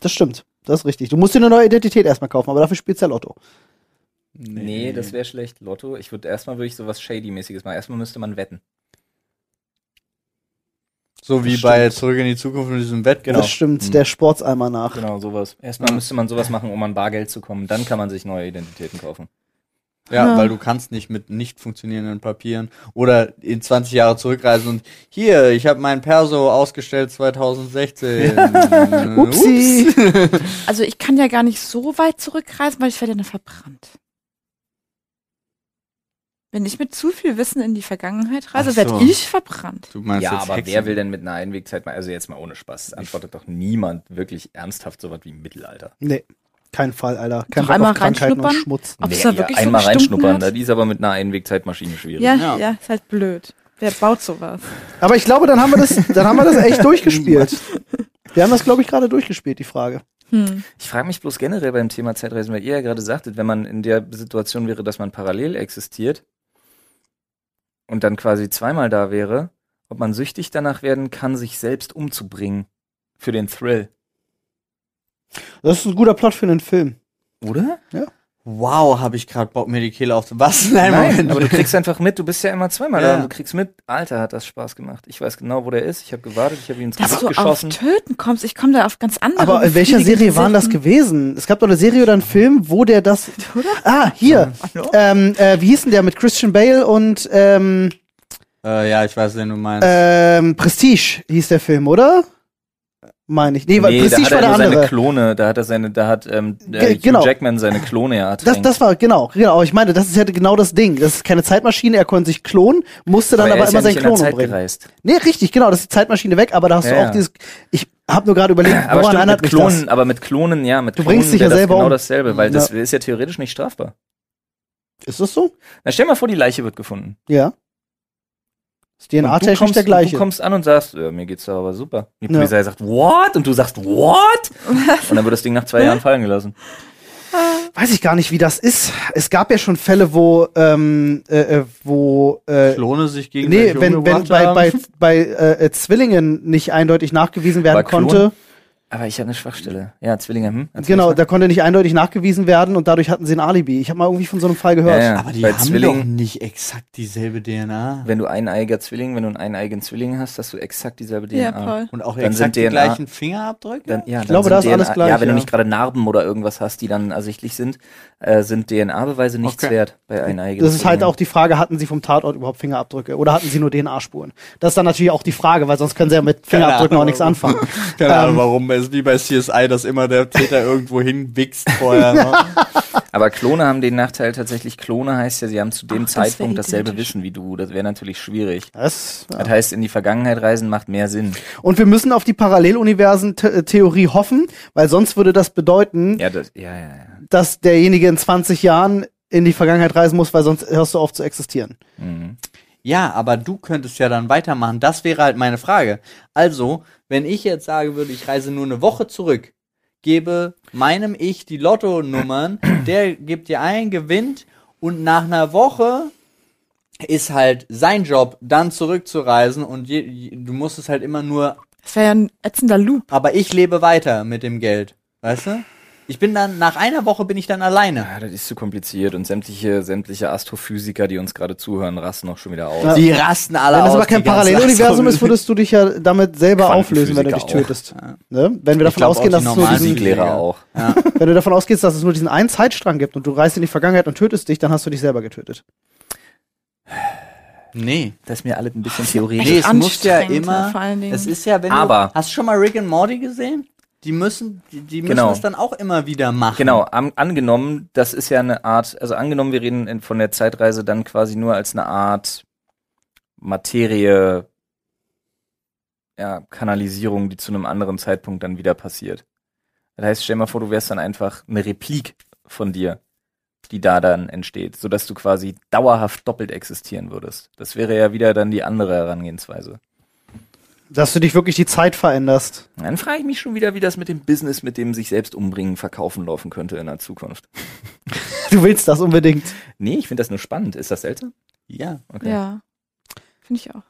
S2: das stimmt. Das ist richtig. Du musst dir eine neue Identität erstmal kaufen, aber dafür spielst du ja Lotto.
S1: nee,
S3: Nee, das wäre schlecht. Lotto, ich würde erstmal würde ich sowas Shady-mäßiges machen. Erstmal müsste man wetten.
S1: so wie
S2: Das
S1: bei Zurück in die Zukunft mit diesem Bett, genau.
S2: Das stimmt, der Sportseimer nach.
S3: Genau, sowas. Erstmal müsste man sowas machen, um an Bargeld zu kommen. Dann kann man sich neue Identitäten kaufen.
S1: Ja,
S4: Ja.
S1: weil du kannst nicht mit nicht funktionierenden Papieren oder in 20 Jahre zurückreisen und hier, ich habe meinen Perso ausgestellt 2016. Äh,
S2: [LAUGHS] Upsi.
S1: ups.
S4: also ich kann ja gar nicht so weit zurückreisen, weil ich werde ja dann verbrannt. Wenn ich mit zu viel Wissen in die Vergangenheit reise,
S1: Ach
S4: werd
S1: so.
S4: werde ich verbrannt.
S1: Du meinst
S3: ja,
S1: jetzt
S3: aber
S1: Hexen.
S3: wer will denn mit einer Einwegzeit mal, also jetzt mal ohne Spaß, antwortet doch niemand wirklich ernsthaft sowas wie Mittelalter.
S2: Nee, kein Fall, Alter. Kein
S4: Noch
S2: Bock
S4: einmal
S2: auf Krankheiten und
S4: reinschnuppern?
S2: Schmutz.
S4: Ob es
S3: Wer
S4: da
S3: ihr
S4: wirklich so
S3: einmal
S4: gestunken
S3: reinschnuppern,
S4: hat?
S3: da die ist aber mit einer Einwegzeitmaschine schwierig.
S4: Ja,
S1: Ja.
S4: ja, ist halt blöd. Wer baut sowas?
S2: Aber ich glaube, dann haben wir das, dann haben wir das echt durchgespielt. Wir haben das, glaube ich, gerade durchgespielt, die Frage.
S4: Hm.
S3: Ich frage mich bloß generell beim Thema Zeitreisen, weil ihr ja gerade sagtet, wenn man in der Situation wäre, dass man parallel existiert und dann quasi zweimal da wäre, ob man süchtig danach werden kann, sich selbst umzubringen. Für den Thrill.
S2: Das ist ein guter Plot für einen Film.
S3: Oder?
S1: Wow, habe ich gerade Bock, mir die Kehle auf Was? [LAUGHS] Nein,
S3: Nein,
S1: Moment.
S3: aber du kriegst einfach mit, du bist ja immer zweimal
S1: Ja.
S3: da und du kriegst mit. Alter, hat das Spaß gemacht. Ich weiß genau, wo der ist. Ich habe gewartet, ich habe ihn ins
S4: Dass
S3: Gesicht
S4: du auf
S3: geschossen.
S4: Töten kommst. Ich komme da auf ganz andere.
S2: Aber in welcher
S4: befriedigende
S2: Serie waren das
S4: Sitten.
S2: gewesen? Es gab doch eine Serie oder einen Film, wo der das. Ah, hier.
S4: Hallo?
S2: Ähm, äh, wie hieß denn der mit Christian Bale und ähm,
S1: Äh, ja, ich weiß, wen du meinst.
S2: ähm, Prestige hieß der Film, oder? Meine ich. Nee, weil
S3: da
S2: Prestige
S3: hat er
S2: war der
S3: nur seine
S2: andere.
S3: Klone, da hat er seine, da hat ähm,
S2: Ge-
S3: äh, Hugh
S2: genau.
S3: Jackman seine Klone ja
S2: Das, das war, genau, genau. Ich meine, das ist ja genau das Ding. Das ist keine Zeitmaschine, er konnte sich klonen, musste dann
S3: er
S2: aber,
S3: ist
S2: immer
S3: ja
S2: seinen
S3: nicht in der
S2: Klon
S3: Zeit
S2: umbringen.
S3: gereist.
S2: Nee, richtig, genau, das ist die Zeitmaschine weg, aber da hast
S3: Ja,
S2: du auch
S3: ja.
S2: dieses. Ich habe nur gerade überlegt,
S3: Aber
S2: woran
S3: stimmt,
S2: erinnert
S3: mit
S2: mich
S3: Klonen,
S2: das?
S3: aber mit Klonen, ja, mit
S2: Du
S3: Klonen
S2: bringst dich
S3: wär
S2: ja
S3: das
S2: selber
S3: genau
S2: um.
S3: dasselbe, weil das
S2: Ja.
S3: ist ja theoretisch nicht strafbar.
S2: Ist das so?
S3: Na, stell mal vor, die Leiche wird gefunden.
S2: Ja. Ist
S3: Und du
S2: DNA-technisch
S3: kommst-
S2: der gleiche.
S3: Du kommst an und sagst, äh, mir geht's da aber super. Und die
S2: Ja.
S3: Polizei sagt, what? Und du sagst,
S2: [LAUGHS]
S3: what? Und dann wird das Ding nach zwei Jahren fallen gelassen.
S2: weiß ich gar nicht, wie das ist. Es gab ja schon Fälle, wo, ähm, äh, äh, wo, äh,
S1: Klone sich gegen
S2: nee, wenn, wenn bei, bei, bei äh, äh, Zwillingen nicht eindeutig nachgewiesen werden
S3: Bei Klonen?
S2: konnte,
S3: Aber ich habe eine Schwachstelle. Ja, Zwillinge, hm? Erzähl
S2: genau,
S3: mal.
S2: da konnte nicht eindeutig nachgewiesen werden und dadurch hatten sie ein Alibi. Ich habe mal irgendwie von so einem Fall gehört.
S3: Ja, ja.
S1: aber die
S3: bei
S1: haben
S3: Zwillingen-
S1: doch nicht exakt dieselbe DNA.
S3: Wenn du eineiiger Zwilling, wenn du einen eineiigen Zwilling hast, hast du exakt dieselbe DNA.
S4: Ja, Paul.
S1: Und auch
S3: Dann
S1: exakt
S3: sind
S1: die
S3: DNA
S1: gleichen Fingerabdrücke?
S3: Dann, ja, ich
S2: glaube, da ist alles gleich,
S3: Ja, wenn
S2: ja.
S3: du nicht gerade Narben oder irgendwas hast, die dann ersichtlich sind, äh, sind DNA-Beweise nichts
S1: Okay.
S3: wert bei eineiigen
S2: Das ist halt
S3: Zwillingen.
S2: auch die Frage, hatten sie vom Tatort überhaupt Fingerabdrücke oder hatten sie nur DNA-Spuren? Das ist dann natürlich auch die Frage, weil sonst können sie ja mit
S1: Keine
S2: Fingerabdrücken auch
S1: Ahnung.
S2: nichts anfangen.
S1: Keine
S2: Ähm.
S1: Ahnung, warum. Es ist wie bei CSI, dass immer der Täter irgendwo hinwichst
S2: [LAUGHS]
S1: vorher. ne?
S3: Aber Klone haben den Nachteil tatsächlich, Klone heißt ja, sie haben zu dem
S4: Ach, das wär
S3: Zeitpunkt dasselbe
S4: identisch.
S3: Wissen wie du. Das wäre natürlich schwierig.
S2: Das, ja.
S3: Das heißt, in die Vergangenheit reisen macht mehr Sinn.
S2: Und wir müssen auf die Paralleluniversen-Theorie hoffen, weil sonst würde das bedeuten,
S3: Ja, das, ja, ja, ja.
S2: dass derjenige in 20 Jahren in die Vergangenheit reisen muss, weil sonst hörst du auf zu existieren.
S3: Mhm.
S1: ja, aber du könntest ja dann weitermachen. Das wäre halt meine Frage. Also, wenn ich jetzt sage würde, ich reise nur eine Woche zurück, gebe meinem Ich die
S2: [CLEARS THROAT]
S1: Lottonummern, der gibt dir ein, gewinnt und nach einer Woche ist halt sein Job, dann zurückzureisen und je, je, du musst es halt immer nur
S4: Das wäre ja ein ätzender Loop.
S1: aber ich lebe weiter mit dem Geld. Weißt du? Ich bin dann, nach einer Woche bin ich dann alleine.
S3: Ah, das ist zu kompliziert und sämtliche, sämtliche Astrophysiker, die uns gerade zuhören, rasten auch schon wieder aus.
S2: Ja.
S1: Die rasten alle
S2: Wenn das
S1: aus.
S2: aber kein
S1: die ganzen
S2: Paralleluniversum ist,
S1: Astrophysik-
S2: würdest du dich ja damit selber auflösen, wenn du dich
S3: Quantenphysiker auch.
S2: tötest. Ne? Wenn wir
S1: Ich
S2: davon
S1: glaub,
S2: ausgehen,
S1: auch
S2: dass
S1: die
S2: es nur
S1: normalen
S2: diesen,
S1: Physiker.
S3: Physiklehrer auch.
S2: [LAUGHS] wenn du davon ausgehst, dass es nur diesen einen Zeitstrang gibt und du reist in die Vergangenheit und tötest dich, dann hast du dich selber getötet.
S1: Nee.
S3: Das ist mir alles ein bisschen
S1: Nee,
S3: theoretisch.
S1: es muss ja
S4: anstrengend,
S1: immer.
S4: vor allen Dingen.
S1: Es ist ja, wenn
S3: Aber-
S1: du. Hast du schon mal Rick und Morty gesehen? Die müssen, die, die müssen
S3: Genau.
S1: das dann auch immer wieder machen.
S3: Genau, am, angenommen, das ist ja eine Art, also angenommen, wir reden in, von der Zeitreise dann quasi nur als eine Art Materie, ja, Kanalisierung, die zu einem anderen Zeitpunkt dann wieder passiert. Das heißt, stell dir mal vor, du wärst dann einfach eine Replik von dir. die da dann entsteht, sodass du quasi dauerhaft doppelt existieren würdest. Das wäre ja wieder dann die andere Herangehensweise.
S2: Dass du dich wirklich die Zeit veränderst. [LAUGHS]
S3: Dann frage ich mich schon wieder, wie das mit dem Business, mit dem sich selbst umbringen, verkaufen laufen könnte in der Zukunft.
S2: Du willst das unbedingt. [LAUGHS]
S3: Nee, ich finde das nur spannend. Ist das seltsam?
S1: Ja.
S3: Okay.
S4: Ja. Finde ich auch.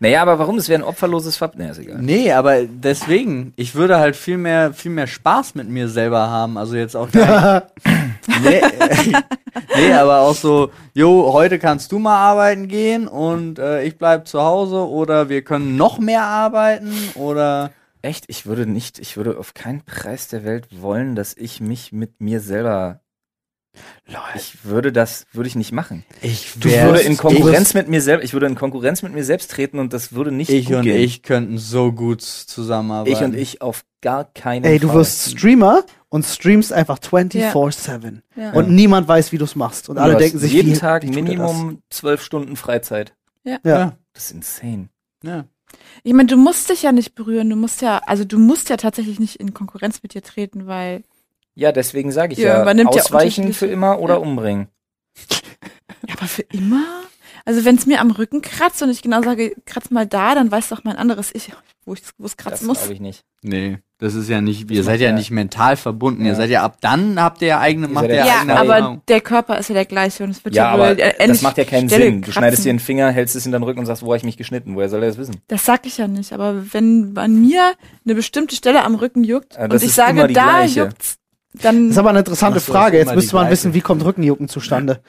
S3: Naja, aber warum? Es wäre ein opferloses Fab. Naja, ist egal.
S1: Nee, aber deswegen, ich würde halt viel mehr, viel mehr Spaß mit mir selber haben. Also jetzt auch
S3: [LAUGHS]
S1: gar nicht, nee, äh, nee, aber auch so, jo, heute kannst du mal arbeiten gehen und äh, ich bleib zu Hause oder wir können noch mehr arbeiten oder
S3: Echt, ich würde nicht, ich würde auf keinen Preis der Welt wollen, dass ich mich mit mir selber. Ich würde das, würde ich nicht machen.
S1: ich
S3: Ich würde in Konkurrenz
S1: ich,
S3: mit mir selbst, ich würde in Konkurrenz mit mir selbst treten und das würde nicht
S1: ich
S3: gut
S1: und
S3: gehen.
S1: ich könnten so gut zusammenarbeiten.
S3: Ich und ich auf gar keinen
S2: Ey, du
S3: Fall.
S2: wirst Streamer und streamst einfach 24-7.
S4: Ja.
S2: Und niemand weiß, wie du es machst. Und alle
S3: du
S2: denken
S3: hast
S2: sich,
S3: jeden
S2: wie,
S3: Tag
S2: wie tut er
S3: Minimum zwölf Stunden Freizeit.
S2: Das? Ja.
S1: Ja.
S3: Das ist insane.
S1: Ja.
S4: Ich meine, du musst dich ja nicht berühren, du musst ja, also du musst ja tatsächlich nicht in Konkurrenz mit dir treten, weil
S3: Ja, deswegen sage ich
S4: Ja,
S3: ja,
S4: man nimmt ja
S3: ausweichen
S4: unterschiedliche-
S3: für immer oder umbringen.
S4: ja, aber für immer? Also wenn es mir am Rücken kratzt und ich genau sage, kratz mal da, dann weiß doch mein anderes Ich, wo ich wo
S3: Das
S4: es kratzen muss.
S3: glaube ich nicht.
S1: Nee, das ist ja nicht, ihr
S3: Das
S1: seid
S3: macht
S1: ja
S3: ja-
S1: nicht mental verbunden.
S3: Ja.
S1: Ihr seid ja ab dann habt ihr ja eigene, macht
S3: seid
S1: ihr
S3: ja
S1: ja genau.
S4: Ja,
S1: eigene
S4: aber
S1: Erfahrung.
S4: der Körper ist ja der gleiche und es wird
S3: Ja,
S4: ja, wohl
S3: aber
S4: äh,
S3: das
S4: ähnlich
S3: macht ja keinen
S4: Stelle
S3: Sinn. Du schneidest dir
S4: kratzen.
S3: den Finger, hältst es in deinen Rücken und sagst, wo habe ich mich geschnitten? Woher soll er das wissen?
S4: Das sag ich ja nicht, aber wenn an mir eine bestimmte Stelle am Rücken juckt
S3: Ja, das
S4: und ich
S3: ist immer
S4: sage,
S3: die
S4: da
S3: gleiche. Also,
S4: juckt's, dann
S2: Das ist aber eine interessante
S1: Ach so,
S2: Frage.
S1: ist
S2: Jetzt
S1: immer
S2: müsste
S1: die
S2: man
S1: gleiche.
S2: wissen, wie kommt Rückenjucken zustande?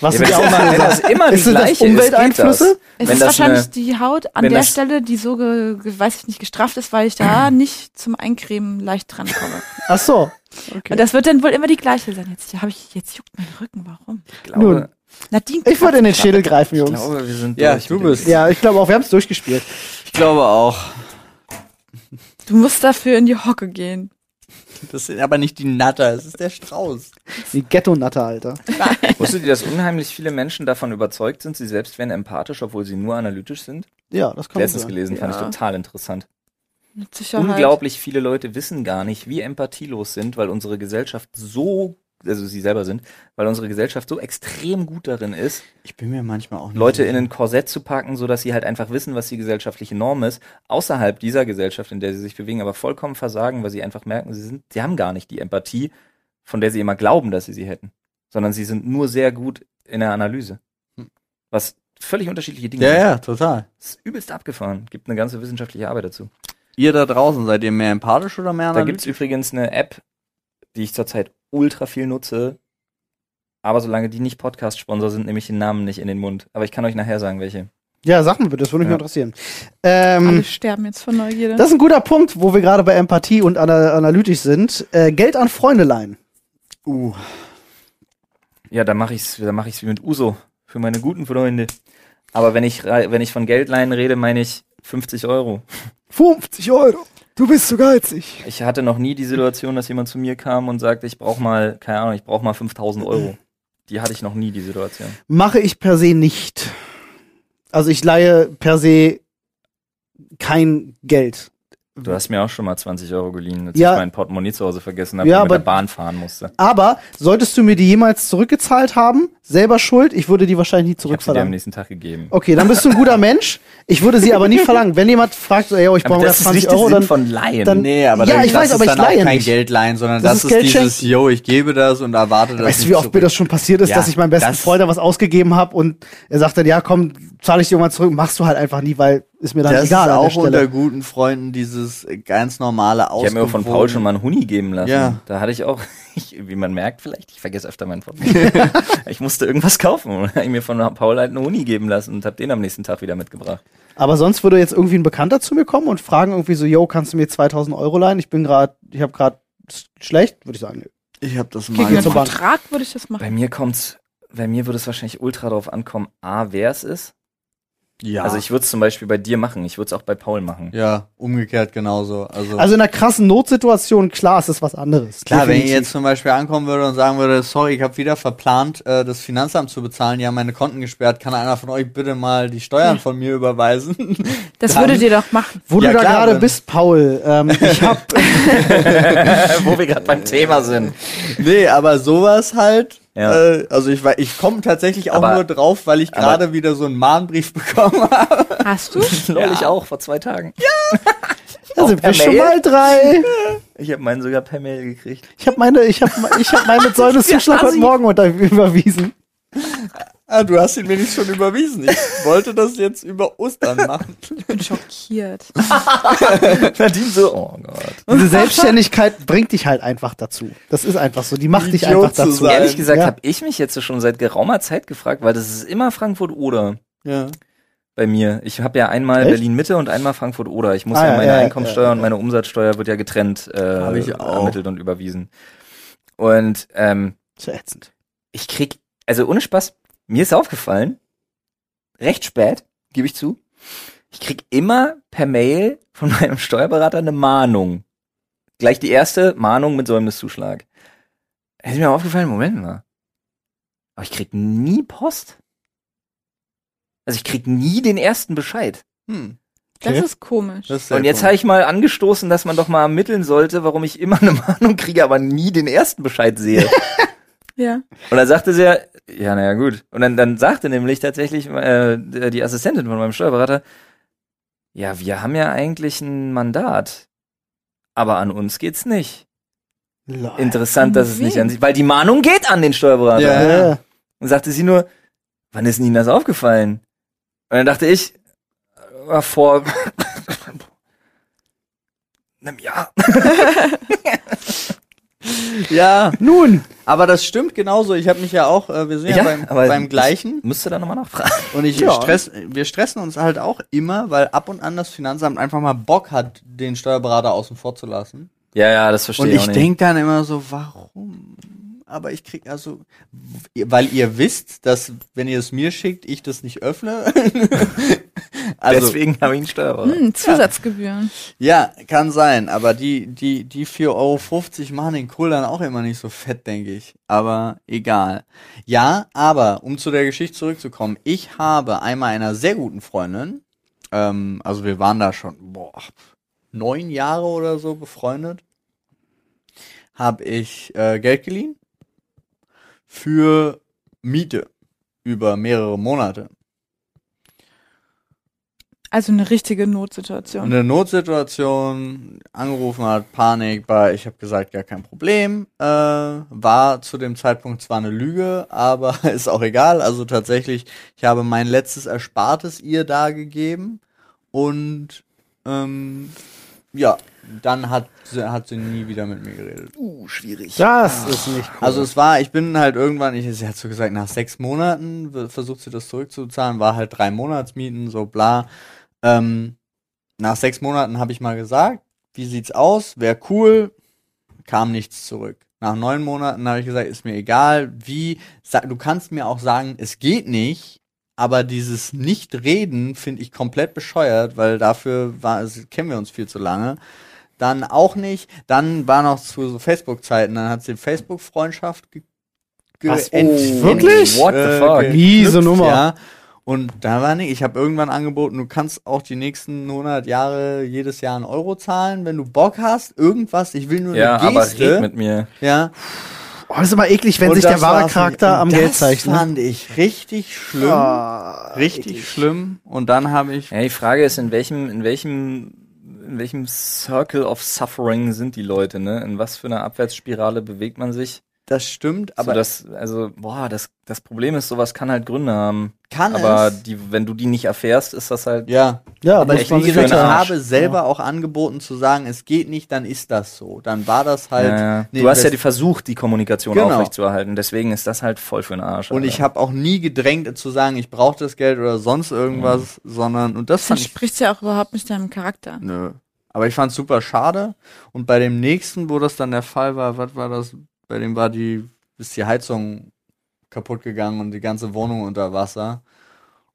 S2: Was
S3: wenn
S2: sind die
S3: das immer, wenn das
S2: Auslöser?
S3: immer die
S2: Ist das
S3: gleiche ist, geht
S2: Umwelteinflüsse?
S4: es
S3: wenn
S4: ist
S3: das
S4: wahrscheinlich
S3: eine-
S4: die Haut an
S3: wenn
S4: der
S3: das-
S4: Stelle, die so, ge, ge, weiß ich nicht, gestrafft ist, weil
S3: [CLEARS THROAT]
S4: ich da nicht zum Eincremen leicht dran komme.
S2: Ach so.
S4: Und das wird dann wohl immer die gleiche sein. Jetzt habe ich, jetzt juckt mein Rücken, warum?
S3: Ich glaube,
S2: Nun.
S4: Nadine,
S2: Ich würde in den Schädel greifen,
S3: ich
S2: Jungs.
S3: glaube, wir sind
S1: Ja,
S3: durch
S1: du
S3: mit dem
S1: bist-
S3: Ding.
S2: Ja, ich glaube auch, wir haben es durchgespielt.
S1: Ich glaube auch.
S4: du musst dafür in die Hocke gehen.
S1: Das sind aber nicht die Natter, es ist der Strauß.
S2: Die Ghetto-Natter, Alter.
S3: Wusstet ihr, dass unheimlich viele Menschen davon überzeugt sind, sie selbst wären empathisch, obwohl sie nur analytisch sind?
S2: Ja, das kann man
S3: Letztens
S2: sagen.
S3: gelesen, fand ich
S4: Ja. halt.
S3: total interessant.
S4: Mit Sicherheit.
S3: Unglaublich viele Leute wissen gar nicht, wie empathielos sind, weil unsere Gesellschaft so, also sie selber sind, weil unsere Gesellschaft so extrem gut darin ist,
S1: Ich bin mir manchmal auch nicht
S3: Leute
S1: sicher.
S3: in ein Korsett zu packen, sodass sie halt einfach wissen, was die gesellschaftliche Norm ist, außerhalb dieser Gesellschaft, in der sie sich bewegen, aber vollkommen versagen, weil sie einfach merken, sie sind, sie haben gar nicht die Empathie, von der sie immer glauben, dass sie sie hätten, sondern sie sind nur sehr gut in der Analyse.
S1: Hm.
S3: Was völlig unterschiedliche Dinge
S1: Ja,
S3: sind.
S1: ja, total.
S3: Das ist übelst abgefahren. Gibt eine ganze wissenschaftliche Arbeit dazu.
S1: Ihr da draußen, seid ihr mehr empathisch oder mehr
S3: Da gibt's
S1: analytisch?
S3: übrigens eine App, die ich zurzeit ultra viel nutze, aber solange die nicht Podcast-Sponsor sind, nehme ich den Namen nicht in den Mund. Aber ich kann euch nachher sagen, welche.
S2: Ja, sag mal bitte, das würde mich
S3: Ja.
S2: mal interessieren. Ähm,
S4: Alle sterben jetzt vor Neugierde.
S2: das ist ein guter Punkt, wo wir gerade bei Empathie und ana analytisch sind. Äh, Geld an Freunde leihen.
S1: Uh,
S3: Ja, da mache ich's, da mache ich's wie mit Uso für meine guten Freunde. Aber wenn ich rei- wenn ich von Geldleihen rede, meine ich 50 Euro.
S2: 50 Euro. Du bist zu geizig.
S3: Ich hatte noch nie die Situation, dass jemand zu mir kam und sagte, ich brauche mal, keine Ahnung, ich brauche mal 5000 Euro. Die hatte ich noch nie, die Situation.
S2: Mache ich per se nicht. Also ich leihe per se kein Geld.
S3: Du hast mir auch schon mal 20 Euro geliehen, als
S2: Ja.
S3: ich mein Portemonnaie zu Hause vergessen habe
S2: Ja,
S3: und mit
S2: aber-
S3: der Bahn fahren musste.
S2: Aber solltest du mir die jemals zurückgezahlt haben, selber schuld, ich würde die wahrscheinlich nie
S3: Ich habe sie dir am
S2: zurückverlangen.
S3: nächsten Tag gegeben.
S2: Okay, dann bist du ein guter Mensch. Ich würde sie aber nie verlangen. Wenn jemand fragt, so, ey, yo, ich brauche 20 Euro, dann
S3: von Laien.
S2: dann-
S1: nee, aber
S2: Ja,
S1: das-
S2: ich
S1: das
S2: weiß,
S1: ist
S2: aber ich
S1: dann auch
S2: leihe
S1: kein
S2: nicht.
S1: Geld leihen, sondern
S2: Das
S1: das,
S2: ist
S1: ist
S2: Geld
S1: dieses,
S2: schenken.
S1: yo, ich gebe das und erwarte das.
S2: Weißt du,
S1: nicht
S2: wie oft mir
S1: zurück.
S2: das schon passiert ist,
S1: Ja,
S2: dass ich meinem besten
S1: das-
S2: Freund da was ausgegeben habe und er sagt dann, ja komm, zahle ich dir irgendwann zurück. Machst du halt einfach nie, weil ist mir dann
S1: Das
S2: egal
S1: ist
S2: an der
S1: auch unter
S2: Stelle.
S1: guten Freunden dieses ganz normale
S3: Ich habe mir von Paul schon mal einen Huni geben lassen.
S1: Ja.
S3: Da hatte ich auch, [LAUGHS] ich, wie man merkt vielleicht, ich vergesse öfter
S2: [LAUGHS]
S3: meinen Wort. ich musste irgendwas kaufen und dann habe ich mir von Paul halt einen Huni geben lassen und habe den am nächsten Tag wieder mitgebracht.
S2: Aber sonst würde jetzt irgendwie ein Bekannter zu mir kommen und fragen irgendwie so, yo, kannst du mir 2000 Euro leihen? Ich bin gerade, ich habe gerade schlecht, würde ich sagen. nö.
S1: Ich habe das
S4: Gegen
S1: mal.
S4: einen
S2: zur Bank.
S4: Vertrag würde ich das machen.
S3: Bei mir kommt's, bei mir würde es wahrscheinlich ultra drauf ankommen, A, wer es ist
S1: Ja.
S3: Also ich würde es zum Beispiel bei dir machen, ich würde es auch bei Paul machen.
S1: ja, umgekehrt genauso. Also,
S2: Also in einer krassen Notsituation, klar, es ist was anderes.
S1: klar, wenn ich
S2: Definitiv.
S1: jetzt zum Beispiel ankommen würde und sagen würde, sorry, ich habe wieder verplant, äh, das Finanzamt zu bezahlen, die haben meine Konten gesperrt, kann einer von euch bitte mal die Steuern von mir
S3: [LAUGHS]
S1: überweisen?
S4: Das
S1: Dann-
S4: würdet ihr doch machen.
S2: Wo
S1: Ja,
S2: du da
S1: klar,
S2: gerade
S1: wenn-
S2: bist, Paul,
S1: [LAUGHS]
S2: ähm, ich hab,
S3: [LAUGHS] Wo wir gerade beim Thema
S2: [LAUGHS]
S3: sind.
S1: nee, aber sowas halt.
S3: Ja.
S1: Äh, also ich, wei- ich komme tatsächlich auch
S3: Aber-
S1: nur drauf, weil ich gerade wieder so einen Mahnbrief [LAUGHS] bekommen habe.
S4: Hast du?
S3: [LAUGHS] Neulich auch, vor zwei Tagen. [LAUGHS]
S2: da sind wir
S3: per
S2: schon
S3: Mail?
S2: mal drei.
S3: Ich habe meinen sogar per Mail gekriegt.
S2: Ich habe meine, ich habe, ich
S1: [LAUGHS]
S2: habe meinen Säuleszuschlag heute Morgen unter, überwiesen.
S1: Ah, du hast ihn wenigstens schon überwiesen.
S3: [LAUGHS]
S1: Ich wollte das jetzt über Ostern machen.
S4: Ich bin schockiert.
S3: Nadine so, oh Gott.
S1: [LAUGHS]
S2: Diese Selbstständigkeit bringt dich halt einfach dazu. Das ist einfach so. Die macht dich
S1: Idiot
S2: einfach
S1: zu
S2: dazu.
S1: sein.
S3: Ehrlich gesagt
S2: Ja.
S3: habe ich mich jetzt schon seit geraumer Zeit gefragt, weil das ist immer Frankfurt-Oder
S1: Ja.
S3: bei mir. Ich habe ja einmal
S2: Echt?
S3: Berlin-Mitte und einmal Frankfurt-Oder. Ich muss
S2: Ah,
S3: ja
S2: ja,
S3: meine
S2: ja,
S3: Einkommensteuer
S2: ja,
S3: und meine Umsatzsteuer wird ja getrennt äh,
S1: Hab ich auch.
S3: ermittelt und überwiesen. Und ähm,
S2: Zu ätzend.
S3: ich krieg, also ohne Spaß, mir ist aufgefallen, recht spät, gebe ich zu, ich krieg immer per Mail von [LAUGHS] meinem Steuerberater eine Mahnung. Gleich die erste Mahnung mit Säumniszuschlag. Da Ist mir aufgefallen, Moment mal. Aber ich krieg nie Post. Also ich krieg nie den ersten Bescheid.
S1: Hm.
S4: Das
S2: Okay.
S4: ist komisch.
S1: Das ist
S3: Und jetzt habe ich mal angestoßen, dass man doch mal ermitteln sollte, warum ich immer eine [LAUGHS] Mahnung kriege, aber nie den ersten Bescheid sehe.
S4: ja.
S3: Und dann sagte sie ja, ja, naja, gut. Und dann, dann sagte nämlich tatsächlich äh, die Assistentin von meinem Steuerberater, ja, wir haben ja eigentlich ein Mandat. Aber an uns geht's nicht.
S2: Lol.
S3: Interessant, dass es
S4: Wen?
S3: nicht an sie, weil die Mahnung geht an den Steuerberater.
S1: Ja.
S2: Ja.
S3: Und sagte sie nur, wann ist denn Ihnen das aufgefallen? Und dann dachte ich, war vor [LAUGHS] einem Jahr. halt
S1: ja,
S2: Nun,
S1: aber das stimmt genauso. Ich habe mich ja auch, äh, wir sind ja,
S3: Ja,
S1: beim,
S3: aber
S1: beim
S3: ich-
S1: gleichen
S3: Müsste da nochmal nachfragen.
S1: und ich
S2: Ja.
S1: stress, wir stressen uns halt auch immer, weil ab und an das Finanzamt einfach mal Bock hat, den Steuerberater außen vor zu lassen.
S3: Ja, ja, das verstehe
S1: Und
S3: ich
S1: ich
S3: auch nicht.
S1: denk dann immer so, warum? Aber ich krieg also, weil ihr wisst, dass wenn ihr es mir schickt, ich das nicht öffne. [LAUGHS] also
S3: Deswegen habe ich einen Steuerberater.
S4: Hm, Zusatzgebühren.
S1: ja, kann sein, aber die die die 4,50 Euro machen den Kohl dann auch immer nicht so fett, denke ich. Aber egal. Ja, aber um zu der Geschichte zurückzukommen, ich habe einmal einer sehr guten Freundin, ähm, also wir waren da schon boah, neun Jahre oder so befreundet, habe ich äh, Geld geliehen für Miete über mehrere Monate.
S4: Also eine richtige
S3: Ne,
S4: Notsituation.
S1: Eine Notsituation, angerufen hat, Panik, bei, ich habe gesagt, gar kein Problem. Äh, war zu dem Zeitpunkt zwar eine Lüge, aber [LAUGHS] ist auch egal. Also tatsächlich, ich habe mein letztes Erspartes ihr dargegeben und ähm, ja, dann hat sie, hat sie nie wieder mit mir geredet.
S2: das ist nicht gut.
S1: Oh, Also es war, ich bin halt irgendwann, ich, sie hat so gesagt, nach sechs Monaten w- versucht sie das zurückzuzahlen, war halt drei Monatsmieten, so bla. Ähm, nach sechs Monaten habe ich mal gesagt, wie sieht's aus, wär cool, kam nichts zurück. Nach neun Monaten habe ich gesagt, ist mir egal, wie, sa- du kannst mir auch sagen, es geht nicht, aber dieses Nicht-Reden finde ich komplett bescheuert, weil dafür war, es- kennen wir uns viel zu lange dann auch nicht. Dann war noch zu so Facebook-Zeiten, dann hat sie Facebook-Freundschaft ge ge-
S2: Was? Oh,
S1: ent-
S2: wirklich?
S3: What the
S1: äh,
S3: fuck?
S1: geknüpft,
S2: Miese Nummer.
S1: Ja. Und da war nicht, ich habe irgendwann angeboten, du kannst auch die nächsten 100 Jahre jedes Jahr einen Euro zahlen, wenn du Bock hast, irgendwas, ich will nur
S3: Ja,
S1: eine
S3: aber
S1: Geste.
S3: red mit mir.
S1: ja.
S2: Oh, das ist immer eklig, wenn
S1: Und
S2: sich der
S1: das
S2: wahre
S1: war's
S2: Charakter
S1: nicht. Und
S2: am
S1: das
S2: Geld zeigt. Ne?
S1: fand ich richtig schlimm,
S2: Ah,
S1: richtig schlimm und dann habe ich
S3: Ja, die Frage ist, in welchem, in welchem, in welchem Circle of Suffering sind die Leute, ne? In was für einer Abwärtsspirale bewegt man sich?
S1: das stimmt,
S3: Aber
S1: aber
S3: so, das, also, boah, das, das Problem ist, sowas kann halt Gründe haben.
S1: kann
S3: aber
S1: es
S3: die, wenn du die nicht erfährst, ist das halt.
S1: ja,
S2: Ja,
S1: Aber
S2: aber
S1: ich,
S3: war
S1: wie
S3: sich
S1: gesagt, ich
S3: für einen Arsch.
S1: habe selber auch angeboten zu sagen, es geht nicht, dann ist das so. Dann war das halt.
S3: Ja, ja.
S1: nee,
S3: du hast ja
S1: das-
S3: die versucht, die Kommunikation
S1: Genau.
S3: aufrechtzuerhalten. Deswegen ist das halt voll für den Arsch.
S1: und
S3: Alter.
S1: ich habe auch nie gedrängt zu sagen, ich brauche das Geld oder sonst irgendwas, sondern und das
S4: Das
S1: fand ich
S4: entspricht ja auch überhaupt nicht deinem Charakter.
S1: nö. Aber ich fand super schade. Und bei dem nächsten, wo das dann der Fall war, was war das? Bei dem war die ist die Heizung kaputt gegangen und die ganze Wohnung unter Wasser.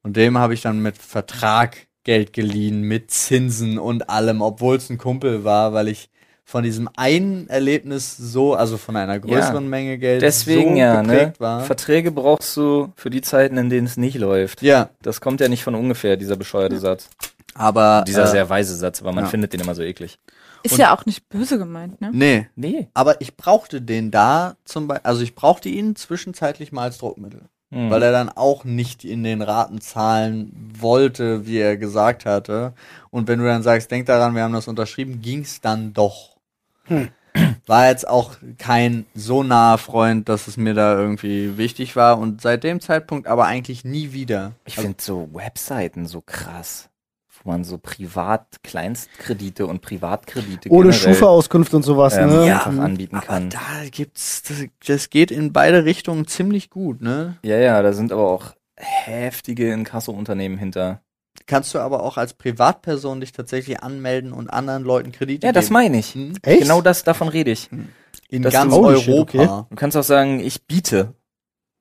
S1: Und dem habe ich dann mit Vertrag Geld geliehen, mit Zinsen und allem, obwohl es ein Kumpel war, weil ich von diesem einen Erlebnis so, also von einer größeren Menge Geld halt
S3: Deswegen
S1: so
S3: ja, ne?
S1: geprägt war.
S3: Verträge brauchst du für die Zeiten, in denen es nicht läuft.
S1: Ja,
S3: Das kommt ja nicht von ungefähr, dieser bescheuerte Satz.
S1: aber
S3: Dieser
S1: äh,
S3: sehr weise Satz, aber man
S1: ja.
S3: findet den immer so eklig.
S4: Ist ja auch nicht böse gemeint, ne?
S1: nee,
S3: Nee.
S1: aber ich brauchte den da zum Beispiel, also ich brauchte ihn zwischenzeitlich mal als Druckmittel.
S3: Hm.
S1: weil er dann auch nicht in den Raten zahlen wollte, wie er gesagt hatte. Und wenn du dann sagst, denk daran, wir haben das unterschrieben, ging's dann doch.
S2: Hm.
S1: War jetzt auch kein so naher Freund, dass es mir da irgendwie wichtig war und seit dem Zeitpunkt aber eigentlich nie wieder.
S3: Ich
S1: Also,
S3: finde so Webseiten so krass, wo man so privat Kleinstkredite und Privatkredite
S2: Ohne
S3: generell,
S2: Schufa-Auskunft und sowas,
S3: ähm,
S2: ne?
S3: einfach
S2: Mhm.
S3: anbieten
S1: aber
S3: kann.
S1: da gibt's, das, das geht in beide Richtungen ziemlich gut, ne?
S3: Ja, ja, da sind aber auch heftige Inkasso-Unternehmen hinter.
S1: Kannst du aber auch als Privatperson dich tatsächlich anmelden und anderen Leuten Kredite
S3: Ja, das
S1: geben.
S3: meine ich.
S1: Hm?
S2: Echt?
S3: Genau das, davon rede ich.
S1: In
S3: Das-
S1: ganz
S2: Holy
S1: Europa.
S2: shit, okay.
S3: Du kannst auch sagen, ich biete.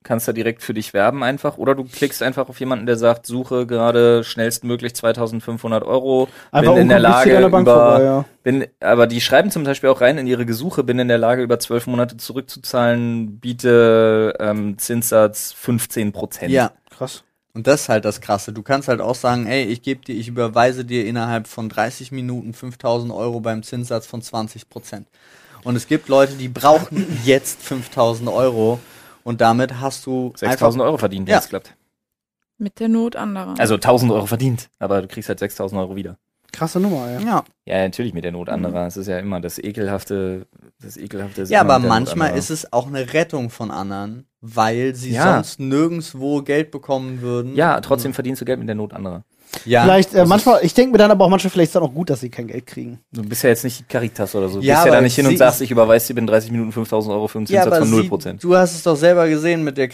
S3: Kannst da direkt für dich werben einfach. Oder du klickst einfach auf jemanden, der sagt, suche gerade schnellstmöglich 2500 Euro.
S2: Einfach
S3: bin in der
S2: unkompliziert
S3: Lage
S2: an der Bank
S3: über
S2: vorbei, ja.
S3: Bin, aber die schreiben zum Beispiel auch rein in ihre Gesuche, bin in der Lage, über zwölf Monate zurückzuzahlen, biete ähm, Zinssatz 15 Prozent.
S1: Ja.
S2: Krass.
S1: Und das ist halt das Krasse. Du kannst halt auch sagen, ey, ich gebe dir, ich überweise dir innerhalb von 30 Minuten 5000 Euro beim Zinssatz von 20 Prozent. Und es gibt Leute, die brauchen
S3: [LAUGHS]
S1: jetzt 5000 Euro und damit hast du
S3: 6.000 Euro verdient, wenn
S1: Ja.
S3: es klappt.
S4: Mit der Not anderer.
S3: Also 1.000 Euro verdient, aber du kriegst halt 6.000 Euro wieder. Mhm.
S2: Krasse Nummer, ja.
S1: Ja,
S3: Ja, natürlich mit der Not anderer. Es ist ja immer das ekelhafte, das ekelhafte. ist
S1: ja
S3: immer
S1: aber
S3: mit der Not
S1: manchmal
S3: anderer.
S1: ist es auch eine Rettung von anderen, weil sie
S3: Ja.
S1: sonst nirgendwo Geld bekommen würden.
S3: ja trotzdem verdienst du Geld mit der Not anderer.
S1: Ja,
S2: Vielleicht, äh, manchmal, ich denke mir dann aber auch manchmal, vielleicht ist dann auch gut, dass sie kein Geld kriegen.
S3: Du bist ja jetzt nicht die Caritas oder so. Du
S1: Ja,
S3: gehst ja
S1: aber
S3: da nicht hin und
S1: sie-
S3: sagst, ich überweise dir binnen 30 Minuten 5000 Euro für einen
S1: ja
S3: Zinssatz
S1: aber
S3: von
S1: sie,
S3: 0%.
S1: du hast es doch selber gesehen mit der